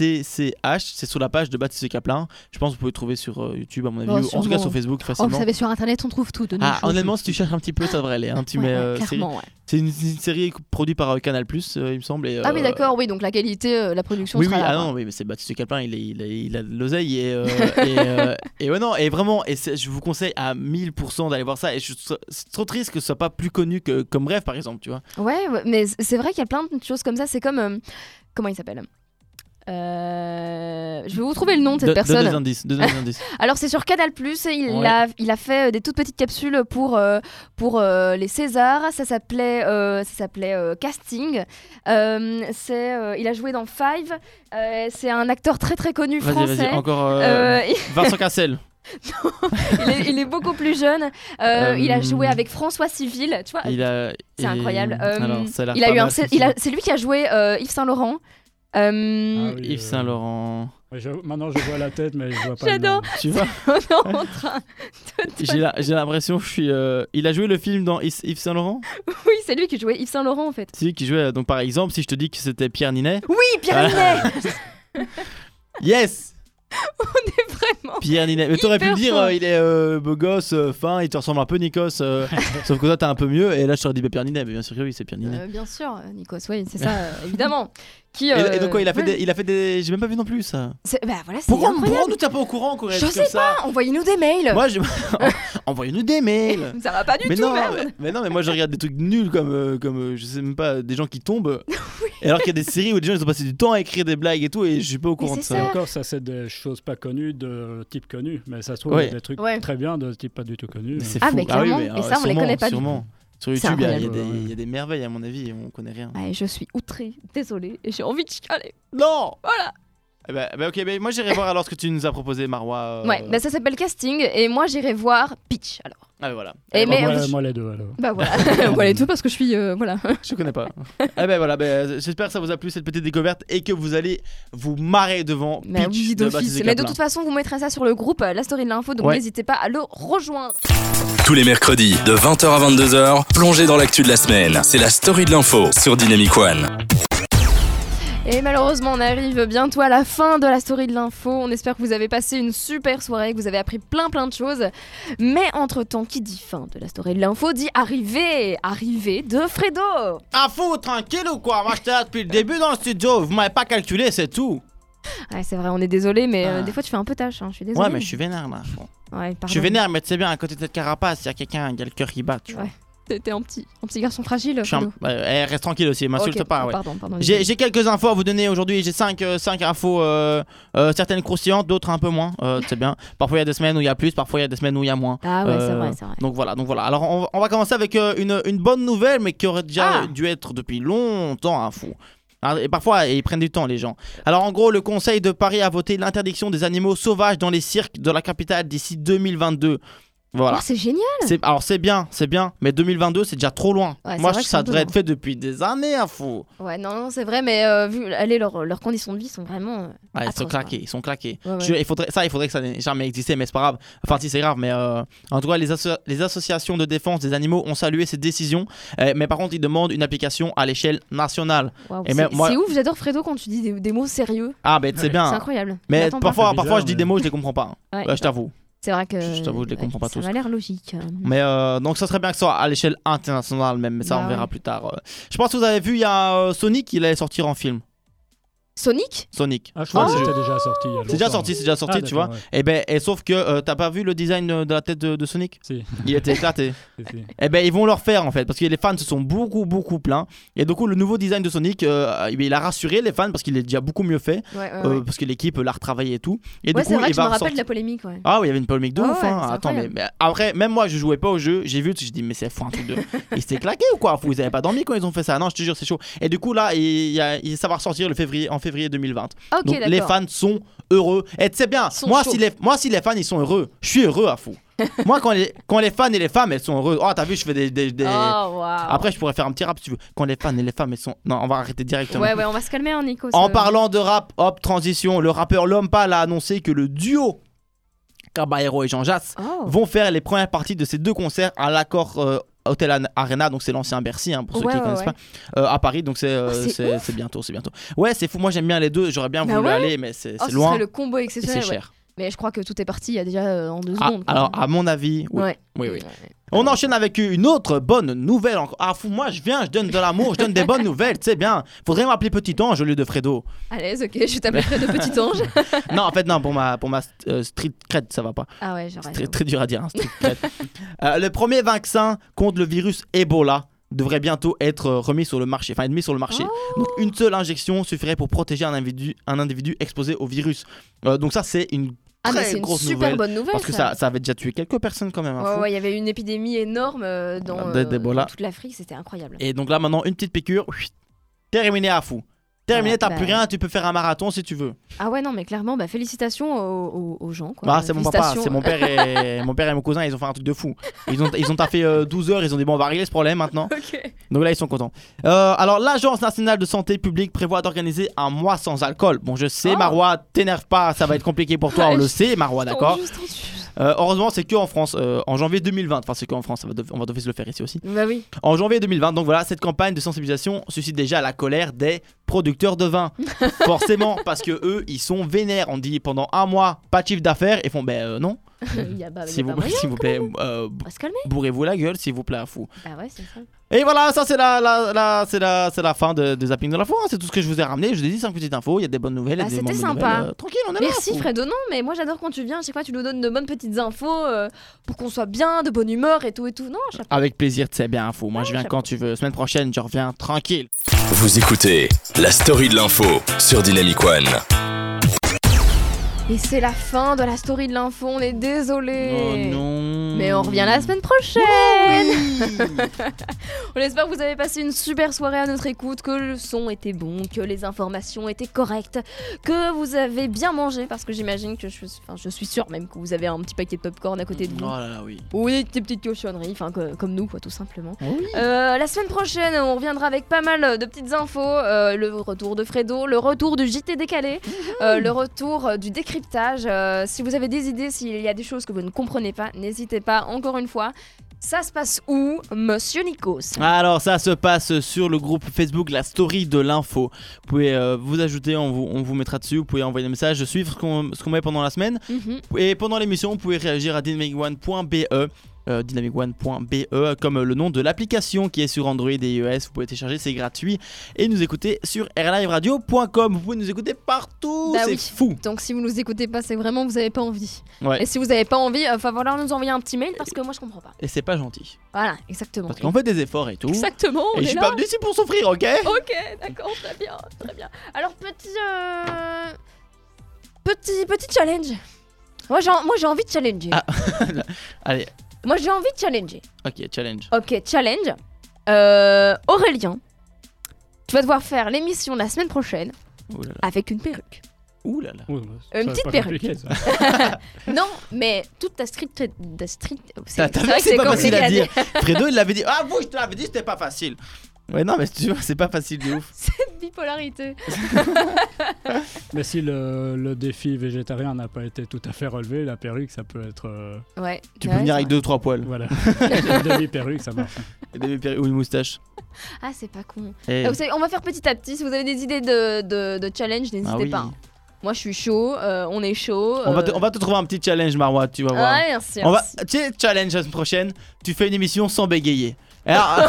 S3: P-I-T-C-H. C'est sur la page de Baptiste Caplin. Je pense que vous pouvez le trouver sur euh, YouTube, à mon avis,
S2: Ouais,
S3: ou en tout cas
S2: sûrement.
S3: sur Facebook
S2: Oh, vous
S3: facilement.
S2: savez, sur internet, on trouve tout. De nos
S3: ah,
S2: jours.
S3: honnêtement, si tu cherches un petit peu, ça devrait aller. hein. Tu
S2: Ouais,
S3: mets,
S2: ouais,
S3: euh, série-
S2: clairement, ouais.
S3: C'est une, une série produite par euh, Canal, euh, il me semble. et,
S2: Ah, oui,
S3: euh,
S2: d'accord, oui, donc la qualité, euh, la production
S3: Oui, oui,
S2: sera là.
S3: ah
S2: quoi.
S3: non, oui, mais c'est Baptiste Caplin, il, est- il, est- il a de l'oseille. Et, euh, et, euh, et ouais, non, et vraiment, et c'est- je vous conseille à 1000% d'aller voir ça. Et je trouve ça- c'est trop triste que ce soit pas plus connu que comme Bref, par exemple, tu vois.
S2: Ouais, ouais, mais c- c'est vrai qu'il y a plein de choses comme ça. C'est comme. euh, comment il s'appelle Euh, je vais vous trouver le nom de cette
S3: Donne-
S2: personne.
S3: Donne des indices. Donne des indices.
S2: Alors c'est sur Canal+, il,
S3: Ouais.
S2: a, il a fait euh, des toutes petites capsules pour, euh, pour euh, les Césars, ça s'appelait euh, ça s'appelait euh, Casting, Euh, c'est euh, il a joué dans Five, Euh, c'est un acteur très très connu
S3: Vas-y, vas-y.
S2: français.
S3: Encore. euh,
S2: Euh,
S3: Vincent Cassel.
S2: il, est, il est beaucoup plus jeune, Euh,
S3: Euh,
S2: il a joué avec François Civil, tu vois,
S3: Il a.
S2: Ah, c'est
S3: il-
S2: incroyable. Euh,
S3: Alors, ça a l'air
S2: il a
S3: pas
S2: eu un,
S3: mal, ce
S2: c'est- il a-
S3: film.
S2: c'est lui qui a joué euh, Yves Saint Laurent. Euh,
S4: Ah oui,
S3: Yves
S4: euh,
S3: Saint Laurent.
S4: ouais, je- maintenant, je vois la tête, mais je vois pas. le
S2: J'adore.
S4: nom.
S3: Tu vois,
S2: on est en train-
S3: j'ai la- j'ai l'impression que je suis. euh, Il a joué le film dans Yves Yves Saint Laurent
S2: Oui, c'est lui qui jouait Yves Saint Laurent en fait.
S3: C'est lui qui jouait. euh, Donc, par exemple, si je te dis que c'était Pierre Ninet.
S2: Oui, Pierre
S3: Ah.
S2: Ninet,
S3: Yes
S2: vraiment.
S3: Pierre Ninet. Mais t'aurais pu
S2: Hyper
S3: me dire,
S2: fort.
S3: euh, il est euh, beau gosse, euh, fin, il te ressemble un peu Nikos. euh, sauf que toi, t'es un peu mieux. Et là, je t'aurais dit, bah, Pierre Ninet. Mais bien sûr que oui, c'est Pierre Ninet.
S2: Euh, bien sûr, euh, Nikos, oui, c'est ça, euh, évidemment. Qui,
S3: Mm. Et- Et,
S2: euh,
S3: donc, quoi, il a fait
S2: ouais.
S3: des. Il a fait des... J'ai même pas vu non plus ça.
S2: C'est- Bah voilà, c'est
S3: Pourquoi, pourquoi on
S2: incroyable.
S3: nous tient pas au courant, Corrèze,
S2: Je
S3: comme
S2: sais
S3: ça
S2: Ah, Envoyez-nous des mails.
S3: Moi, je... envoyez-nous des mails.
S2: Ça va pas du
S3: mais
S2: tout,
S3: non,
S2: merde.
S3: mais, mais non, mais moi je regarde des trucs nuls comme, euh, comme euh, je sais même pas, des gens qui tombent. Et alors qu'il y a des séries où des gens ils ont passé du temps à écrire des blagues et tout, et je suis pas au courant
S2: c'est ça.
S3: de
S4: Et
S3: ça.
S4: encore, ça, c'est des choses pas connues, de type connu. Mais ça se trouve,
S3: Ouais.
S4: il y a des trucs
S2: Ouais.
S4: très bien, de type pas du tout connu.
S3: Mais c'est
S2: Ah,
S3: fou.
S2: mais clairement, et
S3: alors,
S2: ça, on les
S3: sûrement,
S2: connaît pas du
S3: Sûrement. Sur
S2: C'est
S3: YouTube, il y a- il y, a
S4: incroyable.
S3: des- il y a des merveilles à mon avis, et on connaît rien.
S2: Ouais, je suis outrée, désolée, et j'ai envie de chialer.
S3: Non
S2: Voilà.
S3: Eh ben, ben, ok, ben, moi j'irai voir alors ce que tu nous as proposé, Marois. euh,
S2: Ouais, bah ça s'appelle casting, et moi j'irai voir Pitch alors.
S3: Ah, ben, voilà.
S2: Et
S3: Eh ben,
S2: mais-
S4: moi,
S3: moi, je-
S4: moi, les deux, alors.
S2: Bah voilà, voilà et tout parce que je suis. euh, voilà.
S3: Je connais pas. eh ben voilà, ben, j'espère que ça vous a plu cette petite découverte et que vous allez vous marrer devant.
S2: Bah
S3: Pitch
S2: oui,
S3: de
S2: d'office.
S3: Baptiste
S2: mais de
S3: Kaplan.
S2: toute façon, vous mettrez ça sur le groupe, euh, la story de l'info, donc
S3: Ouais.
S2: n'hésitez pas à le rejoindre.
S1: Tous les mercredis de 20h à 22h, plongez dans l'actu de la semaine. C'est la story de l'info sur Dynamic One.
S2: Et malheureusement, on arrive bientôt à la fin de la story de l'info. On espère que vous avez passé une super soirée, que vous avez appris plein plein de choses. Mais entre-temps, qui dit fin de la story de l'info dit arrivée, arrivée de Fredo.
S3: À fou, tranquille ou quoi Moi j'étais là depuis le début dans le studio, vous m'avez pas calculé, c'est tout.
S2: Ouais, c'est vrai, on est désolé, mais euh,
S3: Ah.
S2: des fois tu fais un peu tâche. hein, je suis désolée.
S3: Ouais, mais je suis vénère là.
S2: Ouais, pardon.
S3: Je suis vénère, mais tu sais bien, à côté de cette carapace, il y a quelqu'un, il y a le cœur qui bat, tu vois.
S2: Ouais, T'es t'es un petit, un petit garçon fragile.
S3: Je suis un-
S2: Fredo.
S3: Ouais, eh, reste tranquille aussi, m'insulte
S2: Ok,
S3: pas, ouais.
S2: Pardon, pardon.
S3: J'ai
S2: désolée.
S3: j'ai quelques infos à vous donner aujourd'hui. J'ai 5 infos, euh, euh, certaines croustillantes, d'autres un peu moins. euh, c'est bien. Parfois il y a des semaines où il y a plus, parfois il y a des semaines où il y a moins.
S2: Ah ouais, c'est
S3: Euh,
S2: vrai, c'est vrai.
S3: Donc voilà, donc voilà. Alors on, on va commencer avec euh, une, une bonne nouvelle, mais qui aurait déjà
S2: Ah.
S3: dû être depuis longtemps un fou. Hein, Et parfois, ils prennent du temps, les gens. Alors, en gros, le Conseil de Paris a voté l'interdiction des animaux sauvages dans les cirques de la capitale d'ici 2022. Voilà.
S2: Oh, c'est génial.
S3: C'est- Alors, c'est bien, c'est bien, mais 2022, c'est déjà trop loin.
S2: Ouais, c'est
S3: Moi,
S2: vrai
S3: je-
S2: que c'est un
S3: ça
S2: peu
S3: devrait
S2: loin.
S3: être fait depuis des années, un fou.
S2: Ouais, non, non, c'est vrai, mais euh, vu allez, leurs leurs conditions de vie sont vraiment. euh,
S3: Ouais, Ah, ils sont
S2: Atroce,
S3: claqués, ils sont claqués.
S2: ouais, ouais.
S3: Je- il faudrait, ça, il faudrait que ça n'ait jamais existé, mais c'est pas grave. Enfin, si c'est grave, mais euh, en tout cas, les, asso- les associations de défense des animaux ont salué cette décision, euh, mais par contre, ils demandent une application à l'échelle nationale.
S2: Waouh,
S3: Et
S2: c'est
S3: même moi-
S2: c'est ouf, j'adore Fredo quand tu dis des, des mots sérieux.
S3: Ah, ben c'est
S4: Ouais.
S2: C'est
S3: bien.
S2: incroyable. Je
S3: Mais
S2: l'attends pas.
S3: parfois,
S4: C'est bizarre,
S3: parfois, je dis
S4: mais-
S3: des mots, je les comprends pas.
S2: Ouais,
S3: Ouais, je t'avoue.
S2: c'est vrai que.
S3: je- je t'avoue, je les comprends pas
S2: ça
S3: tous.
S2: Ça m'a l'air logique. euh.
S3: Mais euh, donc, ça serait bien que ce soit à l'échelle internationale même, mais ça,
S2: Bah
S3: on verra
S2: ouais.
S3: plus tard. euh. Je pense que vous avez vu, il y a euh, Sonic, il allait sortir en film.
S2: Sonic
S3: Sonic.
S4: Ah, je crois
S3: Ah,
S4: que
S2: Oh.
S3: c'est-
S4: c'était déjà sorti. il y a
S3: c'est déjà
S4: longtemps.
S3: sorti, c'est déjà sorti,
S4: Ah,
S3: tu vois.
S4: d'accord, ouais.
S3: Et ben, et sauf que euh, t'as pas vu le design euh, de la tête de- de Sonic
S4: Si,
S3: Il était éclaté.
S4: si, si.
S3: Eh ben ils vont leur faire en fait parce que les fans se sont beaucoup beaucoup plaints et du coup le nouveau design de Sonic euh, il a rassuré les fans parce qu'il est déjà beaucoup mieux fait
S2: Ouais, Ah ouais, ouais.
S3: euh, parce que l'équipe l'a retravaillé et tout et
S2: Ouais,
S3: du
S2: c'est
S3: coup
S2: vrai
S3: il
S2: que je me
S3: va
S2: rappelle de
S3: ressortir-
S2: la polémique, ouais.
S3: ah oui, il y avait une polémique de
S2: Ah
S3: ouf.
S2: ouais,
S3: hein.
S2: c'est
S3: Attends, mais,
S2: incroyable.
S3: mais après, même moi, je jouais pas au jeu. J'ai vu, je dis, mais c'est fou un truc de. Ils s'étaient claqués ou quoi Fou, Ils avaient pas dormi quand ils ont fait ça. Non, je te jure, c'est chaud. Et du coup, là, il, y a- il- ça va ressortir le février, en février 2020.
S2: Ah, Ok,
S3: Donc les
S2: d'accord.
S3: fans sont heureux. Et c'est bien.
S2: Ils sont
S3: Moi
S2: chauds.
S3: si, les, moi, si les fans, ils sont heureux, je suis heureux à fou. moi, quand les, quand les fans et les femmes, elles sont heureuses. Oh, t'as vu, je fais des. des- des-
S2: Oh, waouh.
S3: Après, je pourrais faire un petit rap si tu veux. Quand les fans et les femmes, elles sont. Non, on va arrêter directement.
S2: Ouais, ouais, on va se calmer, hein, Nico.
S3: En
S2: ça-
S3: parlant de rap, hop, transition. Le rappeur Lompal a annoncé que le duo Caballero et Jean Jass
S2: Oh.
S3: vont faire les premières parties de ces deux concerts à l'accord euh, Hotel An- Arena, donc c'est l'ancien Bercy, hein, pour ceux
S2: Ouais,
S3: qui ne
S2: ouais,
S3: connaissent
S2: ouais. Oh,
S3: pas, euh, à Paris, donc c'est euh,
S2: c'est
S3: c'est- c'est bientôt, c'est bientôt. Ouais, c'est fou, moi j'aime bien les deux, j'aurais bien
S2: Bah
S3: voulu
S2: ouais.
S3: aller, mais c'est
S2: Oh,
S3: c'est
S2: ce
S3: loin
S2: serait le combo
S3: et c'est
S2: exceptionnel. ouais.
S3: cher.
S2: Mais je crois que tout est parti il y a déjà euh, en deux
S3: Ah,
S2: secondes. quoi.
S3: alors, à mon avis, oui.
S2: Ouais.
S3: oui, oui.
S2: Ouais.
S3: On enchaîne avec une autre bonne nouvelle. encore. Ah fou, moi je viens, je donne de l'amour, je donne des bonnes nouvelles, c'est bien. Faudrait m'appeler Petit Ange au lieu de Fredo.
S2: À l'aise, ok, je t'appellerai de petit ange.
S3: Non, en fait, non, pour ma, pour ma euh, street cred, ça va pas.
S2: Ah ouais, j'arrête.
S3: Très, très dur à dire. hein, street cred. Euh, le premier vaccin contre le virus Ebola devrait bientôt être euh, remis sur le marché, enfin être mis sur le marché.
S2: Oh.
S3: Donc une seule injection suffirait pour protéger un individu, un individu exposé au virus. Euh, donc ça c'est une
S2: Ah, mais
S3: très
S2: c'est une
S3: grosse
S2: super
S3: nouvelle
S2: bonne nouvelle.
S3: parce que ça, ça avait déjà tué quelques personnes quand même. hein,
S2: Ouais,
S3: faut-
S2: ouais, il y avait une épidémie énorme euh, dans,
S3: Ah, d'E-
S2: euh,
S3: d'Ebola.
S2: dans toute l'Afrique, c'était incroyable.
S3: Et donc là maintenant une petite piqûre, whist, terminé à fou. Terminé,
S2: Ouais,
S3: t'as
S2: bah-
S3: plus rien, tu peux faire un marathon si tu veux.
S2: Ah ouais, non, mais clairement, bah, félicitations aux, aux- aux gens. Quoi.
S3: Bah, c'est mon papa,
S2: Félicitations.
S3: c'est mon père et mon père et mon cousin, ils ont fait un truc de fou. Ils ont ils ont taffé euh, 12 heures, ils ont dit bon on va régler ce problème maintenant.
S2: Ok.
S3: Donc là, ils sont contents. Euh, alors, l'Agence nationale de santé publique prévoit d'organiser un mois sans alcool. Bon, je sais,
S2: Oh.
S3: Marois, t'énerve pas, ça va être compliqué pour toi, on le sait, Marois, Ah, d'accord
S2: Juste en dessous.
S3: Euh, Heureusement, c'est que en France, euh, en janvier 2020. Enfin, c'est que en France, ça va dev- on va d'office le faire ici aussi.
S2: Bah oui.
S3: En janvier 2020, donc voilà, cette campagne de sensibilisation suscite déjà la colère des producteurs de vin. Forcément, parce que eux, ils sont vénères. On dit pendant un mois, pas de chiffre d'affaires, ils font, ben euh, non,
S2: Il y a, bah, il y a
S3: s'il
S2: pas
S3: vous,
S2: moyen.
S3: s'il vous plaît, euh,
S2: On va se calmer.
S3: bourrez-vous la gueule, s'il vous plaît, à fou.
S2: Bah ouais, c'est ça.
S3: Et voilà, ça c'est la, la, la- c'est la, c'est la fin de, de Zapping de la Foire. C'est tout ce que je vous ai ramené. Je vous ai dit 5 petites infos. Il y a des bonnes nouvelles. il y a
S2: Ah,
S3: des
S2: c'était
S3: mauvaises
S2: sympa.
S3: nouvelles. Euh, tranquille, on est là.
S2: Merci
S3: fou.
S2: Fred non mais moi j'adore quand tu viens, à chaque fois tu nous donnes de bonnes petites infos euh, pour qu'on soit bien, de bonne humeur et tout et tout. Non, chapeau.
S3: Avec plaisir, c'est bien info. Moi, je viens
S2: j'aime
S3: quand tu veux. Semaine prochaine, je reviens tranquille.
S1: Vous écoutez la story de l'info sur Dynamic One.
S2: Et c'est la fin de la story de l'info, on est désolé.
S3: Oh non.
S2: Eh. Mais on revient la semaine prochaine.
S3: prochaine.
S2: On espère que vous avez passé une super soirée à notre écoute, que le son était bon, que les informations étaient correctes, que vous avez bien mangé, parce que j'imagine que je suis, enfin, je suis sûre même que vous avez un petit paquet de popcorn à côté de
S3: Oh
S2: vous.
S3: là là, oui.
S2: Ou des petites cochonneries, enfin que- comme nous quoi, tout simplement.
S3: Oui.
S2: Euh, la semaine prochaine, on reviendra avec pas mal de petites infos. euh, le retour de Fredo, le retour du JT décalé, euh, le retour euh, du décryptage. Euh, si vous avez des idées, s'il y a des choses que vous ne comprenez pas, n'hésitez pas, encore une fois. Ça se passe où, monsieur Nikos
S3: Alors ça se passe sur le groupe Facebook La Story de l'info. Vous pouvez euh, vous ajouter, on vous, on vous mettra dessus, vous pouvez envoyer des messages, suivre ce qu'on ce qu'on met pendant la semaine.
S2: Mhm.
S3: Et pendant l'émission, vous pouvez réagir à dynamicone.be. euh, dynamicone.be comme euh, le nom de l'application qui est sur Android et iOS vous pouvez télécharger c'est gratuit et nous écouter sur airliveradio.com vous pouvez nous écouter partout
S2: Bah
S3: c'est
S2: oui.
S3: fou
S2: Donc si vous nous écoutez pas, c'est vraiment que vous avez pas envie.
S3: Ouais.
S2: Et si vous n'avez pas envie, euh, va falloir nous envoyer un petit mail parce que moi je comprends pas.
S3: et c'est pas gentil
S2: Voilà, exactement.
S3: parce qu'on fait des efforts et tout
S2: Exactement, on
S3: et je
S2: est
S3: suis
S2: là.
S3: pas venu ici pour souffrir ok
S2: Ok, d'accord, très bien, très bien. Alors petit, euh, petit, petit challenge. Moi j'ai, moi j'ai envie de challenger.
S3: Ah. allez
S2: Moi j'ai envie de challenger.
S3: ok challenge
S2: Ok, challenge. Euh, Aurélien, tu vas devoir faire l'émission la semaine prochaine
S3: Ouh là là.
S2: avec une perruque.
S3: Ouh là là.
S4: Oui, bah, ça va
S2: petite
S4: pas
S2: perruque.
S4: compliqué, ça.
S2: Non, mais toute ta street, ta street.
S3: T'as t'as vu que c'est pas
S2: compliqué
S3: facile à dire Fredo il l'avait dit ah vous je te l'avais dit c'était pas facile ouais non mais tu vois c'est pas facile de ouf
S2: Cette bipolarité.
S4: Mais si le, le défi végétarien n'a pas été tout à fait relevé, la perruque, ça peut être. euh,
S2: Ouais. Bah
S3: tu
S2: ouais,
S3: peux venir
S2: c'est
S3: avec deux trois poils
S4: voilà. Une demi-perruque, ça marche.
S3: Et des perruques ou une moustache Eh,
S2: vrai. Ah, c'est pas con.
S3: Et-
S2: Ah, vous savez, on va faire petit à petit. Si vous avez des idées de, de, de challenge, n'hésitez
S3: Ah oui.
S2: pas. hein. Moi, je suis chaud. euh, on est chaud.
S3: On va,
S2: euh,
S3: te, on va te trouver un petit challenge, Marois, tu vas voir.
S2: Ah, merci.
S3: on va,
S2: merci.
S3: tu sais, challenge la semaine prochaine, tu fais une émission sans bégayer. Et alors- ah,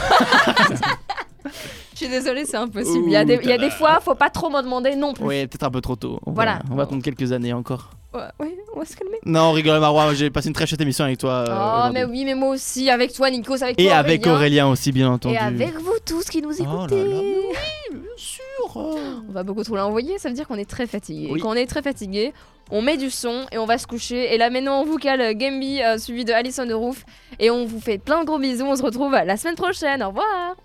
S2: Je suis désolée, c'est impossible. Il y a des, il y a des fois, faut pas trop m'en demander non plus.
S3: ouais, peut-être un peu trop tôt. On va-
S2: Voilà.
S3: on va attendre quelques années encore.
S2: Ouais, ouais, on va se calmer.
S3: Non, on rigole, Marois, j'ai passé une très chouette émission avec toi. euh,
S2: oh,
S3: aujourd'hui.
S2: mais oui, mais moi aussi. Avec toi, Nikos, avec
S3: Et
S2: toi.
S3: avec Aurélien aussi, bien entendu.
S2: Et avec vous tous qui nous
S3: Oh là là,
S2: écoutez.
S3: mais Bien sûr. euh.
S2: On va beaucoup trop l'envoyer, ça veut dire qu'on est très fatigué.
S3: Oui.
S2: Et Quand on est très fatigué, on met du son et on va se coucher. Et là maintenant, on vous cale Gamby euh, suivi de Alison de Roof. Et on vous fait plein de gros bisous. On se retrouve la semaine prochaine. Au revoir.